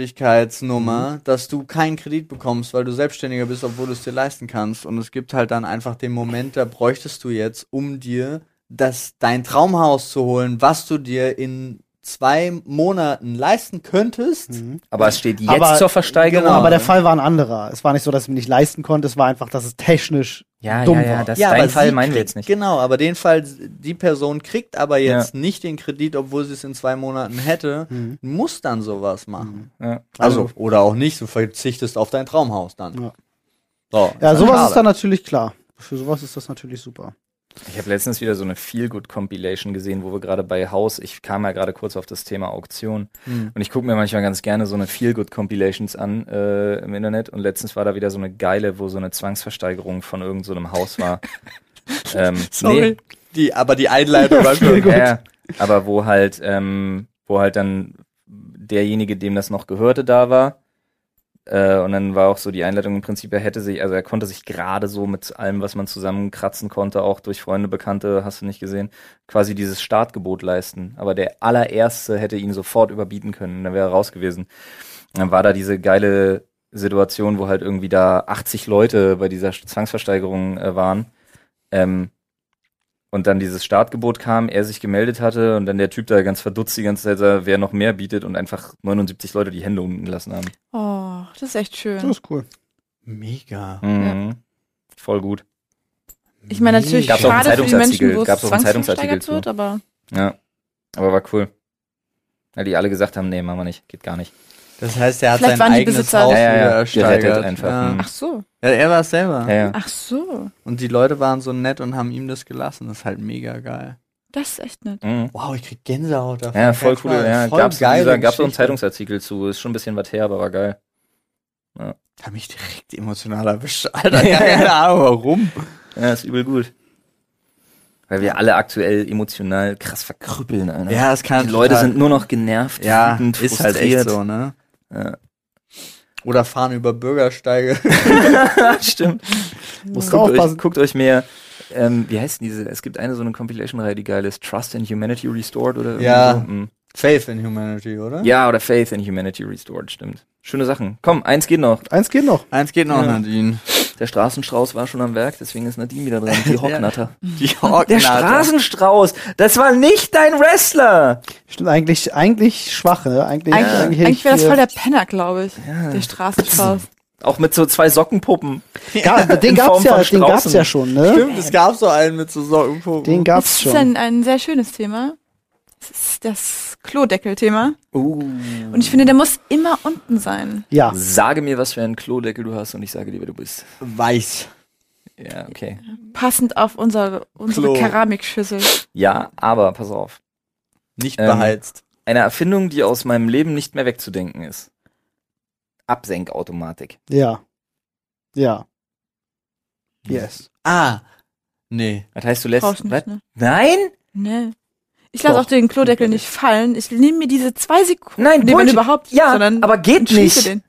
S1: Kreditwürdigkeitsnummer,
S3: Mhm.
S1: dass du keinen Kredit bekommst, weil du Selbstständiger bist, obwohl du es dir leisten kannst. Und es gibt halt dann einfach den Moment, da bräuchtest du jetzt, um dir das, dein Traumhaus zu holen, was du dir in zwei Monaten leisten könntest.
S3: aber es steht jetzt
S2: Aber-
S3: zur Versteigerung.
S1: genau,
S2: Mhm. Aber der Fall war ein anderer. Es war nicht so, dass ich mir nicht leisten konnte, es war einfach, dass es technisch
S3: ja,
S2: dumm
S3: ja, ja,
S2: war.
S3: das ist dein
S1: aber
S3: Fall,
S1: sie
S3: meinen wir
S1: kriegt-
S3: jetzt nicht.
S1: Genau, aber den Fall, die Person kriegt aber jetzt nicht den Kredit, obwohl sie es in zwei Monaten hätte,
S3: Mhm.
S1: muss dann sowas machen.
S3: Ja.
S1: Also, oder auch nicht, du verzichtest auf dein Traumhaus dann.
S2: Ja.
S1: So,
S2: Ja,
S1: dann
S2: sowas
S1: schade.
S2: ist dann natürlich klar. Für sowas ist das natürlich super.
S3: Ich habe letztens wieder so eine Feel-Good-Compilation gesehen, wo wir gerade bei Haus, ich kam ja gerade kurz auf das Thema Auktion
S1: Hm.
S3: und ich gucke mir manchmal ganz gerne so eine Feel-Good-Compilations an äh, im Internet und letztens war da wieder so eine geile, wo so eine Zwangsversteigerung von irgendeinem so einem Haus
S1: [LAUGHS]
S3: war. ähm,
S1: Sorry. Die, aber die Einleitung war
S3: Nee,
S1: schon.
S3: ja, ja. aber wo halt, ähm, wo halt dann derjenige, dem das noch gehörte, da war. Äh, und dann war auch so die Einleitung im Prinzip, er hätte sich, also er konnte sich gerade so mit allem, was man zusammenkratzen konnte, auch durch Freunde, Bekannte, hast du nicht gesehen, quasi dieses Startgebot leisten. Aber der allererste hätte ihn sofort überbieten können, und dann wäre er raus gewesen. Und dann war da diese geile Situation, wo halt irgendwie da 80 Leute bei dieser Zwangsversteigerung äh, waren. Ähm, und dann dieses Startgebot kam, er sich gemeldet hatte und dann der Typ da ganz verdutzt die ganze Zeit, sah, wer noch mehr bietet und einfach 79 Leute die Hände unten gelassen haben.
S4: oh, das ist echt schön.
S2: Das ist cool.
S1: Mega.
S3: Mhm. Voll gut.
S4: Ich meine, natürlich
S3: Gab's auch einen
S4: schade für die Menschen,
S3: Zeitungsartikel-
S4: wo es
S3: gab's auch einen Zeitungsartikel
S4: zwangsversteigert
S3: zu.
S4: wird, aber
S3: Ja. Aber war cool. Weil die alle gesagt haben, nee, machen wir nicht, geht gar nicht.
S1: Das heißt, er hat
S4: Vielleicht
S1: sein
S4: waren die
S1: eigenes
S4: Besitzer-
S1: Haus
S3: Ja, ja, ja.
S1: wieder ersteigert.
S3: Gerettet einfach,
S1: Ja.
S3: mhm.
S4: ach so,
S1: ja, er war es selber.
S3: Ja, ja.
S4: ach so.
S1: Und die Leute waren so nett und haben ihm das gelassen. Das ist halt mega geil.
S4: Das ist echt nett.
S3: Mhm.
S1: Wow, ich krieg Gänsehaut davon.
S3: Ja, voll
S1: Kein
S3: cool.
S1: Scheiß.
S3: Ja,
S1: voll
S3: gab's, wie
S1: geile
S3: gesagt, gab's auch einen
S1: Geschichte.
S3: Zeitungsartikel zu, ist schon ein bisschen was her, aber war geil.
S1: Hab mich direkt emotional erwischt. [LAUGHS] Alter, ja, keine Ahnung warum.
S3: Ja, ist übel gut. Weil wir alle aktuell emotional krass verkrüppeln, Alter.
S1: Ja, das kann
S3: die Leute
S1: total-
S3: sind nur noch genervt,
S1: ja,
S3: wütend,
S1: ist halt echt so, ne?
S3: Ja.
S1: Oder fahren über Bürgersteige.
S3: [LAUGHS] Stimmt.
S2: Musst du
S3: guckt,
S2: aufpassen.
S3: euch, guckt euch mehr. Ähm, wie heißt denn diese? Es gibt eine so eine Compilation-Reihe, die geil ist. Trust in Humanity Restored oder irgendwie
S1: Ja. Hm?
S3: so. Mhm.
S1: Faith in Humanity, oder?
S3: Ja, oder Faith in Humanity Restored, stimmt. Schöne Sachen. Komm, eins geht noch.
S2: Eins geht noch.
S1: Eins geht noch,
S3: Ja.
S1: Nadine. [LAUGHS]
S3: Der Straßenstrauß war schon am Werk, deswegen ist Nadine wieder dran. Die Hocknatter.
S1: Die
S3: Der
S1: Hawknatter.
S3: Straßenstrauß! Das war nicht dein Wrestler!
S2: Stimmt, eigentlich, eigentlich schwach, ne? Eigentlich,
S4: Eigentlich,
S2: hätte
S4: eigentlich wäre das
S2: hier-
S4: voll der Penner, glaube ich. Der Straßenstrauß.
S3: Auch mit so zwei Sockenpuppen.
S2: Ja, den
S3: In
S2: gab's
S3: Form
S2: ja,
S3: von
S2: den gab's
S3: Straußen.
S2: ja schon, ne?
S1: Stimmt, es gab so einen mit so Sockenpuppen.
S2: Den
S4: Das
S2: gab's
S4: ist
S2: schon.
S4: ein, ein sehr schönes Thema. Das ist das Klodeckel-Thema.
S1: Uh,
S4: Und ich finde, der muss immer unten sein.
S2: Ja.
S3: Sage mir, was für einen Klodeckel du hast und ich sage dir, wer du bist.
S1: Weiß.
S3: Ja, okay.
S4: Passend auf unser, unsere
S1: Klo.
S4: Keramikschüssel.
S3: Ja, aber pass auf.
S1: Nicht
S3: Ähm,
S1: beheizt.
S3: Eine Erfindung, die aus meinem Leben nicht mehr wegzudenken ist. Absenkautomatik.
S2: Ja. Ja. Yes.
S1: Ah. Nee.
S3: Das heißt, du lässt.
S4: Brauchst
S3: Was?
S4: nicht, ne?
S3: Nein?
S4: Nee. Ich lasse
S3: Doch.
S4: auch den Klodeckel nicht fallen. Ich nehme mir diese zwei Sekunden.
S3: Nein,
S4: nee, wenn
S3: Brötchen.
S4: überhaupt.
S3: Ja,
S4: sondern
S3: aber geht
S4: und schieße
S3: nicht.
S4: Den.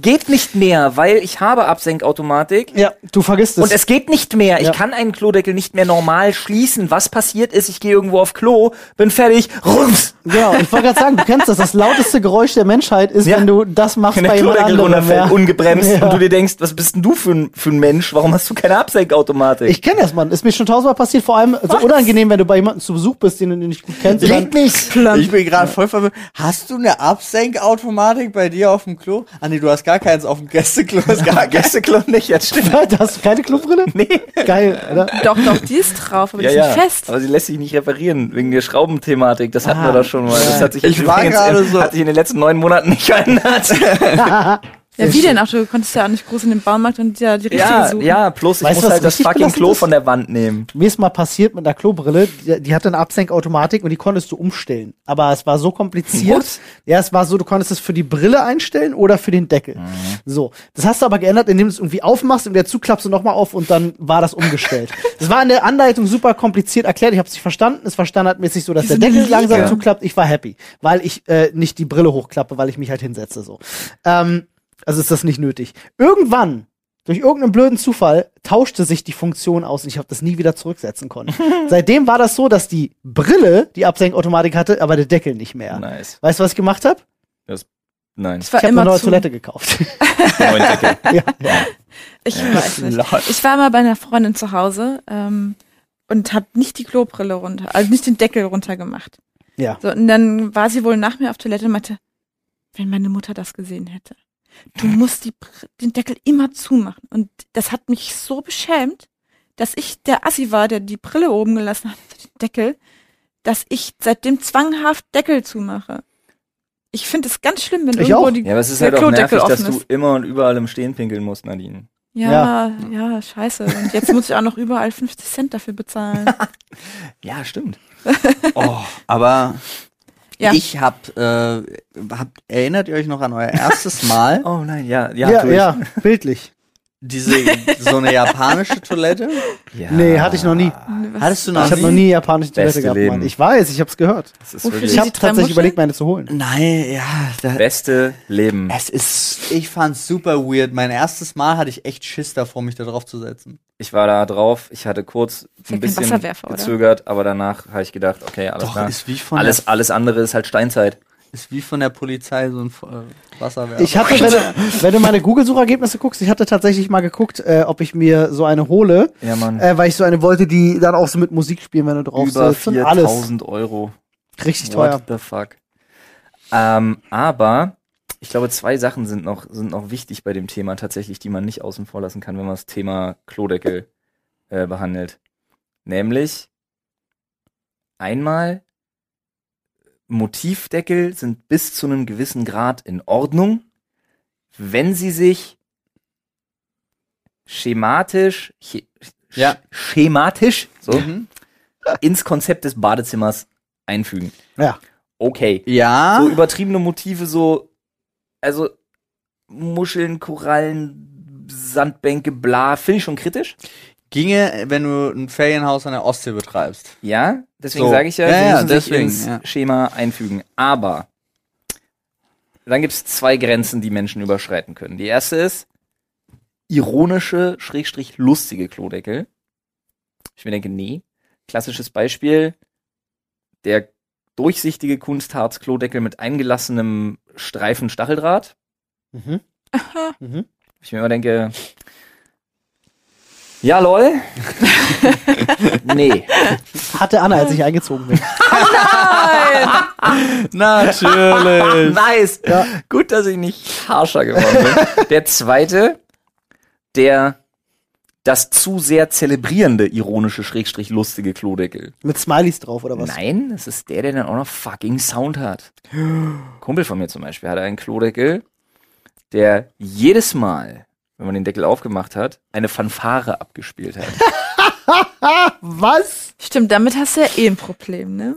S3: Geht nicht mehr, weil ich habe Absenkautomatik.
S2: Ja, du vergisst es.
S3: Und es geht nicht mehr.
S2: Ja.
S3: Ich kann einen Klodeckel nicht mehr normal schließen. Was passiert ist, ich gehe irgendwo auf Klo, bin fertig, rums,
S2: genau, ich wollte gerade sagen, du kennst das. Das lauteste Geräusch der Menschheit ist,
S3: Ja.
S2: wenn du das machst
S3: wenn der
S2: bei jemand
S3: Klodeckel
S2: anderem.
S3: runterfällt,
S2: ja.
S3: ungebremst.
S2: Ja.
S3: Und du dir denkst, was bist denn du für ein, für ein Mensch? Warum hast du keine Absenkautomatik?
S2: Ich kenne das, Mann. Ist mir schon tausendmal passiert. Vor allem so unangenehm, wenn du bei jemandem zu Besuch bist, den du nicht gut kennst. und dann-
S1: nicht. Ich bin gerade voll verwirrt. Hast du eine Absenkautomatik bei dir auf dem Klo? Ah nee, du hast gar keins auf dem Gästeklo. Hast gar
S3: Gästeklo nicht, jetzt
S2: [LAUGHS]
S3: stimmt.
S2: Alter, hast du keine Klobrille?
S3: Nee.
S2: Geil, Alter.
S4: Doch, doch, die ist drauf, aber die ist nicht fest.
S3: Aber sie lässt sich nicht reparieren wegen der Schraubenthematik. Das hatten
S2: Ah.
S3: wir doch schon mal. Das hat sich
S1: Ich
S3: jetzt
S1: war
S3: übrigens-
S1: gerade so-
S3: hat sich in den letzten neun Monaten nicht
S4: [LAUGHS]
S3: verändert. [LAUGHS]
S4: Ja, wie denn auch? Du konntest ja auch nicht groß in den Baumarkt und ja die richtige
S3: ja,
S4: suchen.
S3: ja, plus ich
S2: Weißt du,
S3: muss
S2: was
S3: halt das
S2: richtig
S3: fucking
S2: belastend
S3: Klo
S2: ist?
S3: von der Wand nehmen.
S2: Mir ist mal passiert mit einer Klobrille, die, die hatte eine Absenkautomatik und die konntest du umstellen. Aber es war so kompliziert. Ja, es war so, du konntest es für die Brille einstellen oder für den Deckel. So. Das hast du aber geändert, indem du es irgendwie aufmachst und wieder zuklappst und nochmal auf und dann war das umgestellt. das war in der Anleitung super kompliziert erklärt. Ich habe es nicht verstanden. Es war standardmäßig so, dass
S4: Diese
S2: der Deckel
S4: Riege.
S2: langsam zuklappt. Ich war happy, weil ich äh, nicht die Brille hochklappe, weil ich mich halt hinsetze so. Ähm, also ist das nicht nötig. Irgendwann durch irgendeinen blöden Zufall tauschte sich die Funktion aus und ich habe das nie wieder zurücksetzen
S3: [LAUGHS]
S2: können. Seitdem war das so, dass die Brille die Absenkautomatik hatte, aber der Deckel nicht mehr.
S3: Nice.
S2: Weißt du, was ich gemacht habe?
S3: Nein.
S4: Ich war
S2: Ich habe eine
S4: immer
S2: neue
S4: zu.
S2: Toilette gekauft.
S3: Neuen Deckel.
S2: ja.
S4: Ich [LAUGHS] weiß nicht.
S3: Lord.
S4: Ich war mal bei einer Freundin zu Hause ähm, und habe nicht die Klobrille runter, also nicht den Deckel runter gemacht.
S2: ja.
S4: So, und dann war sie wohl nach mir auf Toilette und meinte, wenn meine Mutter das gesehen hätte, du musst die, Br- den Deckel immer zumachen. Und das hat mich so beschämt, dass ich der Assi war, der die Brille oben gelassen hat, den Deckel, dass ich seitdem zwanghaft Deckel zumache. Ich finde es ganz schlimm, wenn
S2: Ich
S4: irgendwo
S2: auch.
S4: die
S3: Ja, aber es ist
S4: der
S3: halt auch
S4: Klodeckel
S3: nervig, dass
S4: offen
S3: du immer und überall im Stehen pinkeln musst, Nadine.
S4: Ja, ja, scheiße. Und jetzt muss ich auch noch überall 50 Cent
S2: [LAUGHS]
S4: dafür bezahlen.
S3: Ja, stimmt.
S1: Oh, aber
S4: Ja.
S1: ich hab, äh, habt, erinnert ihr euch noch an euer erstes Mal?
S3: Oh nein, ja, [LAUGHS] ja,
S2: Ja, ja,
S3: tu ich.
S2: bildlich.
S1: [LAUGHS] Diese, so eine japanische Toilette?
S3: ja.
S2: Nee, hatte ich noch nie.
S1: Hattest du noch
S2: Ich habe noch nie japanische Toilette
S3: Beste
S2: gehabt, Mann.
S3: Leben.
S2: Ich weiß, ich habe es gehört.
S3: Das ist
S4: Wofür
S3: wirklich
S2: Ich
S4: die
S2: habe
S4: drei
S2: tatsächlich
S4: Muscheln?
S2: überlegt, meine zu holen.
S1: Nein, ja, da,
S3: beste Leben.
S1: es ist, ich fand's super weird. Mein erstes Mal hatte ich echt Schiss davor, mich da drauf zu setzen.
S3: Ich war da drauf, ich hatte kurz ein
S4: kein
S3: bisschen
S4: Wasserwerfer, oder?
S3: gezögert, aber danach habe ich gedacht, okay, alles
S1: Doch,
S3: klar.
S1: ist wie von
S3: Alles, alles andere ist halt Steinzeit.
S1: Ist wie von der Polizei so ein äh, Wasserwerfer.
S2: [LAUGHS] Ich hatte, wenn du, wenn du meine Google-Suchergebnisse guckst, ich hatte tatsächlich mal geguckt, äh, ob ich mir so eine hole,
S3: Ja, Mann.
S2: äh, weil ich so eine wollte, die dann auch so mit Musik spielen, wenn du drauf
S3: Über
S2: sitzt und alles.
S3: 4000 Euro.
S2: Richtig teuer.
S3: What the fuck? Ähm, aber ich glaube, zwei Sachen sind noch, sind noch wichtig bei dem Thema tatsächlich, die man nicht außen vor lassen kann, wenn man das Thema Klodeckel äh, behandelt. Nämlich einmal Motivdeckel sind bis zu einem gewissen Grad in Ordnung, wenn sie sich schematisch, che-
S1: Ja.
S3: sch- schematisch so,
S1: Mhm.
S3: ins Konzept des Badezimmers einfügen.
S2: Ja.
S3: Okay.
S1: Ja.
S3: So übertriebene Motive, so, also Muscheln, Korallen, Sandbänke, bla, finde ich schon kritisch.
S1: ginge, wenn du ein Ferienhaus an der Ostsee betreibst.
S3: Ja, deswegen
S1: So.
S3: sage ich ja,
S1: Ja,
S3: sie
S1: ja,
S3: müssen
S1: deswegen,
S3: sich ins
S1: ja.
S3: Schema einfügen. Aber dann gibt es zwei Grenzen, die Menschen überschreiten können. Die erste ist ironische, schrägstrich lustige Klodeckel. Ich mir denke, nee. Klassisches Beispiel, der durchsichtige Kunstharz-Klodeckel mit eingelassenem Streifen Stacheldraht.
S2: Mhm. Mhm.
S3: Ich mir immer denke, Ja, lol. [LAUGHS] nee.
S2: Hatte Anna, als ich eingezogen
S3: [LAUGHS]
S2: bin.
S3: [LAUGHS]
S1: Natürlich.
S3: nice. Gut, dass ich nicht harscher geworden bin. Der zweite, der das zu sehr zelebrierende, ironische, schrägstrich lustige Klodeckel.
S2: Mit Smileys drauf oder was?
S3: Nein, das ist der, der dann auch noch fucking Sound hat. Kumpel von mir zum Beispiel hatte einen Klodeckel, der jedes Mal, wenn man den Deckel aufgemacht hat, eine Fanfare abgespielt hat.
S2: Was?
S4: Stimmt, damit hast du ja eh ein Problem, ne?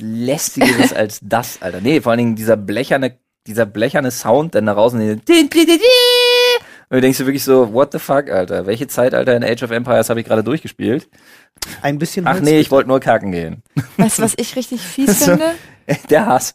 S2: [LAUGHS]
S3: lästigeres als das, Alter. Nee, vor allen Dingen dieser blecherne, dieser blecherne Sound dann da draußen. Und du denkst dir wirklich so, what the fuck, Alter? Welche Zeitalter in Age of Empires habe ich gerade durchgespielt?
S2: Mhm. Ein bisschen
S3: Ach
S2: Holz-
S3: nee, ich wollte nur kacken gehen. [LAUGHS]
S4: Weißt du, was ich richtig fies
S2: Also-
S3: So.
S4: finde?
S3: Der Hass.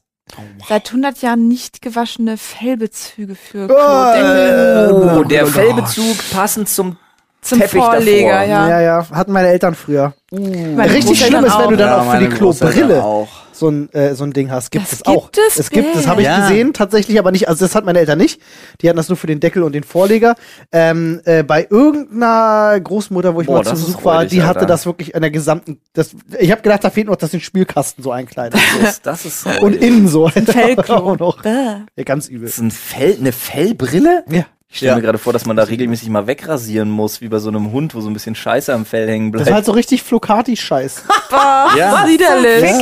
S4: Seit 100 Jahren nicht gewaschene Fellbezüge für
S2: Äh,
S4: Klodeckel.
S3: Oh, der Fellbezug passend zum
S4: Zum
S3: Teppich
S4: Vorleger,
S3: davor.
S4: ja.
S2: Ja, ja, hatten meine Eltern früher.
S4: Meine
S2: Richtig
S4: Großeltern
S2: schlimm ist, wenn
S4: auch. ne?
S2: du dann
S1: Ja,
S2: auch für die
S1: meine Großeltern
S2: Klobrille
S1: auch.
S2: so ein, äh, so ein Ding hast. Gibt
S4: Das
S2: es
S4: gibt
S2: auch.
S4: es,
S2: es gibt, das
S4: gell?
S2: habe ich
S1: Ja.
S2: gesehen, tatsächlich, aber nicht, also das hat meine Eltern nicht. Die hatten das nur für den Deckel und den Vorleger. Ähm, äh, bei irgendeiner Großmutter, wo ich
S3: Boah,
S2: mal zu
S3: das ist
S2: Besuch war,
S3: räudig,
S2: die hatte
S3: Alter.
S2: das wirklich an der gesamten, das, ich habe gedacht, da fehlt noch, dass den Spülkasten so
S3: [LAUGHS]
S2: einkleidet.
S3: Das ist, das ist
S2: und innen so. [LAUGHS]
S4: Fellklo.
S2: Auch noch.
S4: Bäh.
S2: Ja, ganz übel.
S3: Das ist ein Fell, eine Fellbrille?
S2: Ja.
S3: Ich stelle
S1: Ja.
S3: mir gerade vor, dass man da regelmäßig mal wegrasieren muss, wie bei so einem Hund, wo so ein bisschen Scheiße am Fell hängen
S2: Das
S3: bleibt.
S2: war halt so richtig Flocati-Scheiß.
S1: Ja,
S4: Widerlich.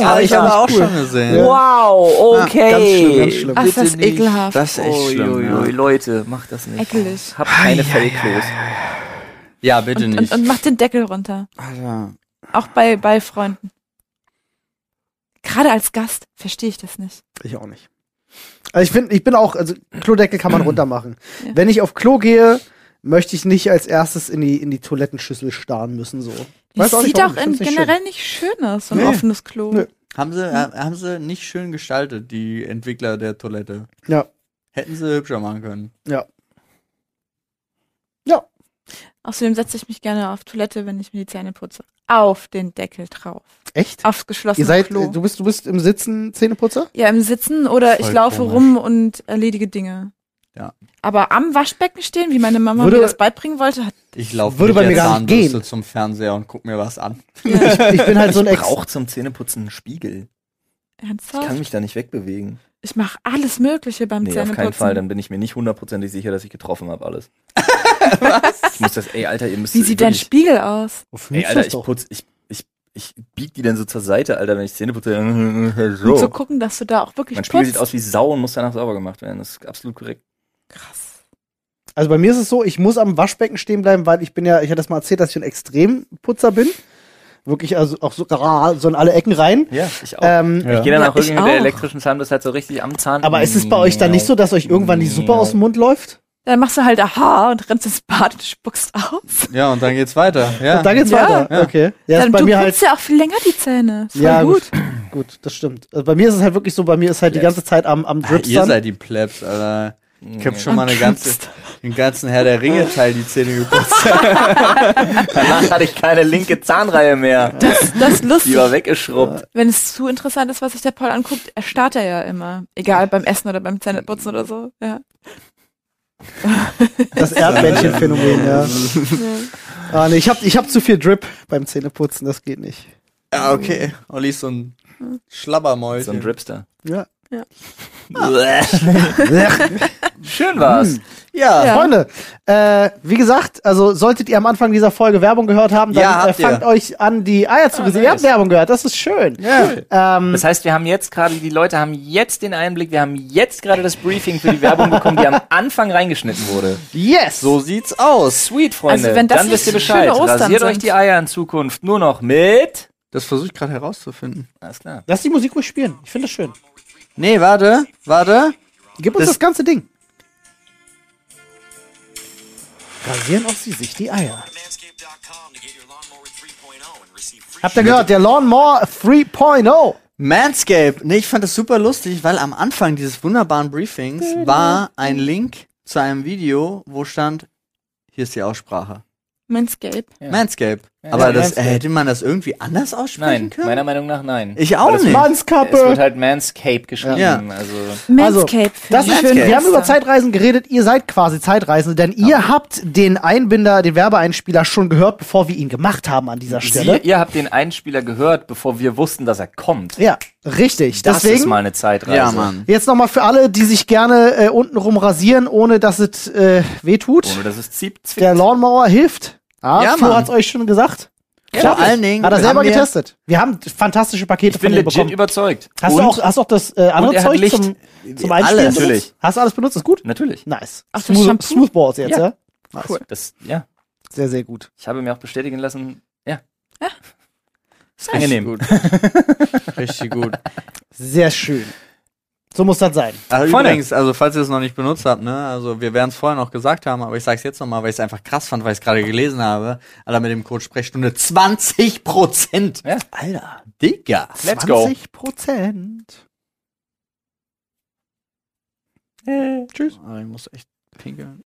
S2: Ja,
S1: habe ich
S2: Alter.
S1: aber auch schon gesehen.
S2: Ja.
S3: Wow, okay.
S2: Ah, ganz schlimm, ganz schlimm.
S4: Ach,
S1: Ah.
S4: ist das
S3: nicht.
S4: ekelhaft.
S1: Das ist echt schlimm.
S3: Uiuiui, Leute, macht das nicht.
S4: Ekelig.
S3: Habt keine Fellklos.
S1: Ja, Ja, bitte
S4: Und,
S1: nicht.
S4: und, und mach den Deckel runter.
S1: Alter.
S4: Auch bei, bei Freunden. Gerade als Gast verstehe ich das nicht.
S2: Ich auch nicht. Also ich finde, ich bin auch, also Klodeckel [CLEARS THROAT] kann man runtermachen.
S4: Ja.
S2: Wenn ich auf Klo gehe, möchte ich nicht als erstes in die, in die Toilettenschüssel starren müssen, so.
S4: Das
S2: Weiß auch nicht
S4: sieht
S2: warum, ich
S4: auch in,
S2: find's nicht
S4: generell nicht schön aus, so ein
S2: Nee.
S4: offenes Klo.
S2: Nö.
S1: Haben sie, äh, haben sie nicht schön gestaltet, die Entwickler der Toilette.
S2: schön. Ja,
S1: Hätten sie hübscher machen können.
S2: ja.
S4: Außerdem setze ich mich gerne auf Toilette, wenn ich mir die Zähne putze. Auf den Deckel drauf.
S2: Echt?
S4: Aufs geschlossene
S2: Ihr seid,
S4: Klo.
S2: äh, du bist, du bist im Sitzen [LAUGHS] Zähneputzer?
S4: Ja, im Sitzen oder
S1: Voll
S4: ich laufe
S1: komisch.
S4: rum und erledige Dinge.
S1: Ja.
S4: Aber am Waschbecken stehen, wie meine Mama
S2: Würde-
S4: mir das beibringen wollte, hat
S1: Ich laufe mit
S2: Würde bei
S1: der
S2: mir gar nicht
S1: Zahnbürste
S2: gehen.
S1: zum Fernseher und guck mir was an.
S2: Ich bin halt so ein
S3: Ich
S2: Ex.
S3: brauche zum Zähneputzen einen Spiegel. Ich
S4: ernsthaft.
S3: kann mich da nicht wegbewegen.
S4: Ich mache alles Mögliche beim
S3: Nee, auf
S4: Zähneputzen.
S3: keinen Fall. Dann bin ich mir nicht hundertprozentig sicher, dass ich getroffen habe
S4: [LAUGHS]
S3: alles. Was? Ich muss das, ey, Alter, ihr müsst
S4: Wie sieht dein
S3: wirklich-
S4: Spiegel aus?
S2: Wofür
S3: Ey,
S2: nutzt
S3: Alter,
S2: das
S3: ich
S2: doch?
S3: putz, ich, ich, ich bieg die dann so zur Seite, Alter, wenn ich Zähne putze. [LAUGHS]
S4: Um zu
S3: So.
S4: gucken, dass du da auch wirklich
S3: Mein Spiegel
S4: putzt.
S3: sieht aus wie Sau und muss danach sauber gemacht werden. Das ist absolut korrekt.
S4: Krass.
S2: Also bei mir ist es so, ich muss am Waschbecken stehen bleiben, weil ich bin ja, ich hatte das mal erzählt, dass ich ein Extremputzer bin. Wirklich, also auch so, so in alle Ecken rein.
S3: Ja, ich auch.
S2: Ähm,
S1: Ja.
S3: Ich gehe danach
S4: Ja,
S3: irgendwie
S4: ich
S3: mit der
S4: auch.
S3: elektrischen Zahnbürste halt so richtig am Zahn.
S2: Aber ist es bei euch dann nicht so, dass euch irgendwann die Suppe aus dem Mund läuft?
S4: Dann machst du halt aha und rennst ins Bad und spuckst aus.
S1: Ja, und dann geht's weiter. Ja.
S2: Und dann geht's
S4: Ja.
S2: weiter.
S1: Ja.
S2: Okay. Ja, ist
S4: dann,
S2: bei
S4: du
S2: mir
S4: putzt
S2: halt.
S4: ja auch viel länger die Zähne. Voll
S2: Ja,
S4: gut.
S2: gut. [LAUGHS] Gut, das stimmt. Also bei mir ist es halt wirklich so, bei mir ist halt die ganze Zeit am,
S1: Ah,
S2: am
S1: ihr
S2: Dripstern.
S1: seid die Plebs, Alter. Ich hab schon
S4: Am
S1: mal eine ganze,
S4: Schlimmsten.
S1: den ganzen Herr der Ringe-Teil die Zähne geputzt.
S3: Danach hatte ich keine linke Zahnreihe mehr.
S4: Das, das ist
S3: Die
S4: lustig.
S3: war weggeschrubbt.
S4: Wenn es zu interessant ist, was sich der Paul anguckt, erstarrt er ja immer. Egal, beim Essen oder beim Zähneputzen oder so. Ja.
S2: Das Erdbändchen-Phänomen, ja. Ah, nee, ich hab, ich hab zu viel Drip beim Zähneputzen, das geht nicht.
S1: ja, okay. Olli ist so ein Schlabbermäuschen.
S3: So ein Dripster.
S2: Ja.
S3: Schön war's.
S1: ja.
S4: Ja.
S2: Freunde, äh, wie gesagt, also solltet ihr am Anfang dieser Folge Werbung gehört haben, dann
S1: Ja,
S2: äh,
S1: habt ihr.
S2: fangt euch an, die Eier zu
S4: Ah,
S2: gesehen. Ihr habt Werbung gehört, das ist schön. Ähm,
S3: Mhm. Das heißt, wir haben jetzt gerade, die Leute haben jetzt den Einblick, wir haben jetzt gerade das Briefing für die Werbung bekommen, die am Anfang reingeschnitten wurde.
S2: yes!
S1: So sieht's aus.
S3: Oh, Sweet, Freunde.
S4: Also, wenn das
S3: Dann wisst ihr
S4: nicht
S3: Bescheid.
S4: schöne Ostern
S3: Rasiert
S4: sind.
S3: euch die Eier in Zukunft nur noch mit...
S1: Das versuche ich gerade herauszufinden.
S3: Alles klar.
S2: Lass die Musik ruhig spielen. Ich finde das schön.
S1: Nee, warte, warte.
S2: Gib uns das,
S1: Das-
S2: ganze Ding. Rasieren auch sie sich die Eier.
S5: manscaped.com to get your lawnmower 3.0 and receive free
S2: Habt ihr gehört, der Lawnmower oh. 3.0.
S1: Manscape. Nee, ich fand das super lustig, weil am Anfang dieses wunderbaren Briefings war ein Link zu einem Video, wo stand, hier ist die Aussprache.
S4: Manscape.
S3: Ja.
S1: Manscape. Aber das,
S3: Manscaped.
S1: hätte man das irgendwie anders aussprechen
S3: Nein,
S1: können?
S3: meiner Meinung nach nein.
S1: ich
S3: Weil
S1: auch
S3: das
S1: nicht.
S3: Es wird
S2: Mannskappe.
S3: halt Manscape geschrieben.
S1: Ja.
S3: Also,
S4: Manscape.
S2: das ist schön. Wir haben über Zeitreisen geredet. Ihr seid quasi Zeitreisende, denn ihr habt den Einbinder, den Werbeeinspieler schon gehört, bevor wir ihn gemacht haben an dieser
S3: Sie,
S2: Stelle.
S3: ihr habt den Einspieler gehört, bevor wir wussten, dass er kommt.
S2: Ja, richtig.
S3: Das ist
S2: Deswegen
S3: mal eine Zeitreise.
S1: ja, Mann.
S2: jetzt nochmal für alle, die sich gerne äh, untenrum rasieren, ohne dass es äh, wehtut.
S3: Ohne dass es zieht, zwickt.
S2: Der Lawnmower hilft. Ah,
S1: Ja,
S2: Flo
S1: Mann.
S2: hat's euch schon gesagt.
S1: Vor allen Dingen
S2: Hat er selber
S1: haben wir-
S2: getestet. Wir haben fantastische Pakete
S3: Ich bin
S2: von ihm
S3: legit
S2: bekommen.
S3: überzeugt.
S2: Hast
S3: Und-
S2: du, auch, hast du auch das äh,
S3: Und
S2: andere
S3: er hat
S2: Zeug
S3: Licht.
S2: zum, zum
S1: Alle,
S2: Einspielen benutzt?
S3: natürlich.
S2: Hast du alles benutzt? Ist gut?
S3: Natürlich.
S2: Nice.
S4: Auch das Shampoo?
S2: Smoothballs jetzt, ja?
S3: Ja.
S2: Nice.
S4: Cool.
S3: Das, ja.
S2: Sehr, sehr gut.
S3: Ich habe mir auch bestätigen lassen. Ja.
S4: Ja.
S3: Ist angenehm.
S1: Gut.
S3: [LAUGHS]
S1: Richtig gut.
S2: Sehr schön. So muss das sein.
S1: Also
S3: Freunde.
S1: übrigens, also falls ihr es noch nicht benutzt habt, ne, also wir werden es vorher noch gesagt haben, aber ich sag's jetzt nochmal, weil ich es einfach krass fand, weil ich es gerade gelesen habe. Alter, mit dem Code Sprechstunde 20 Prozent.
S3: Ja.
S1: Alter. Digga.
S3: Let's go.
S2: 20 Prozent.
S1: Ich muss echt pinkeln.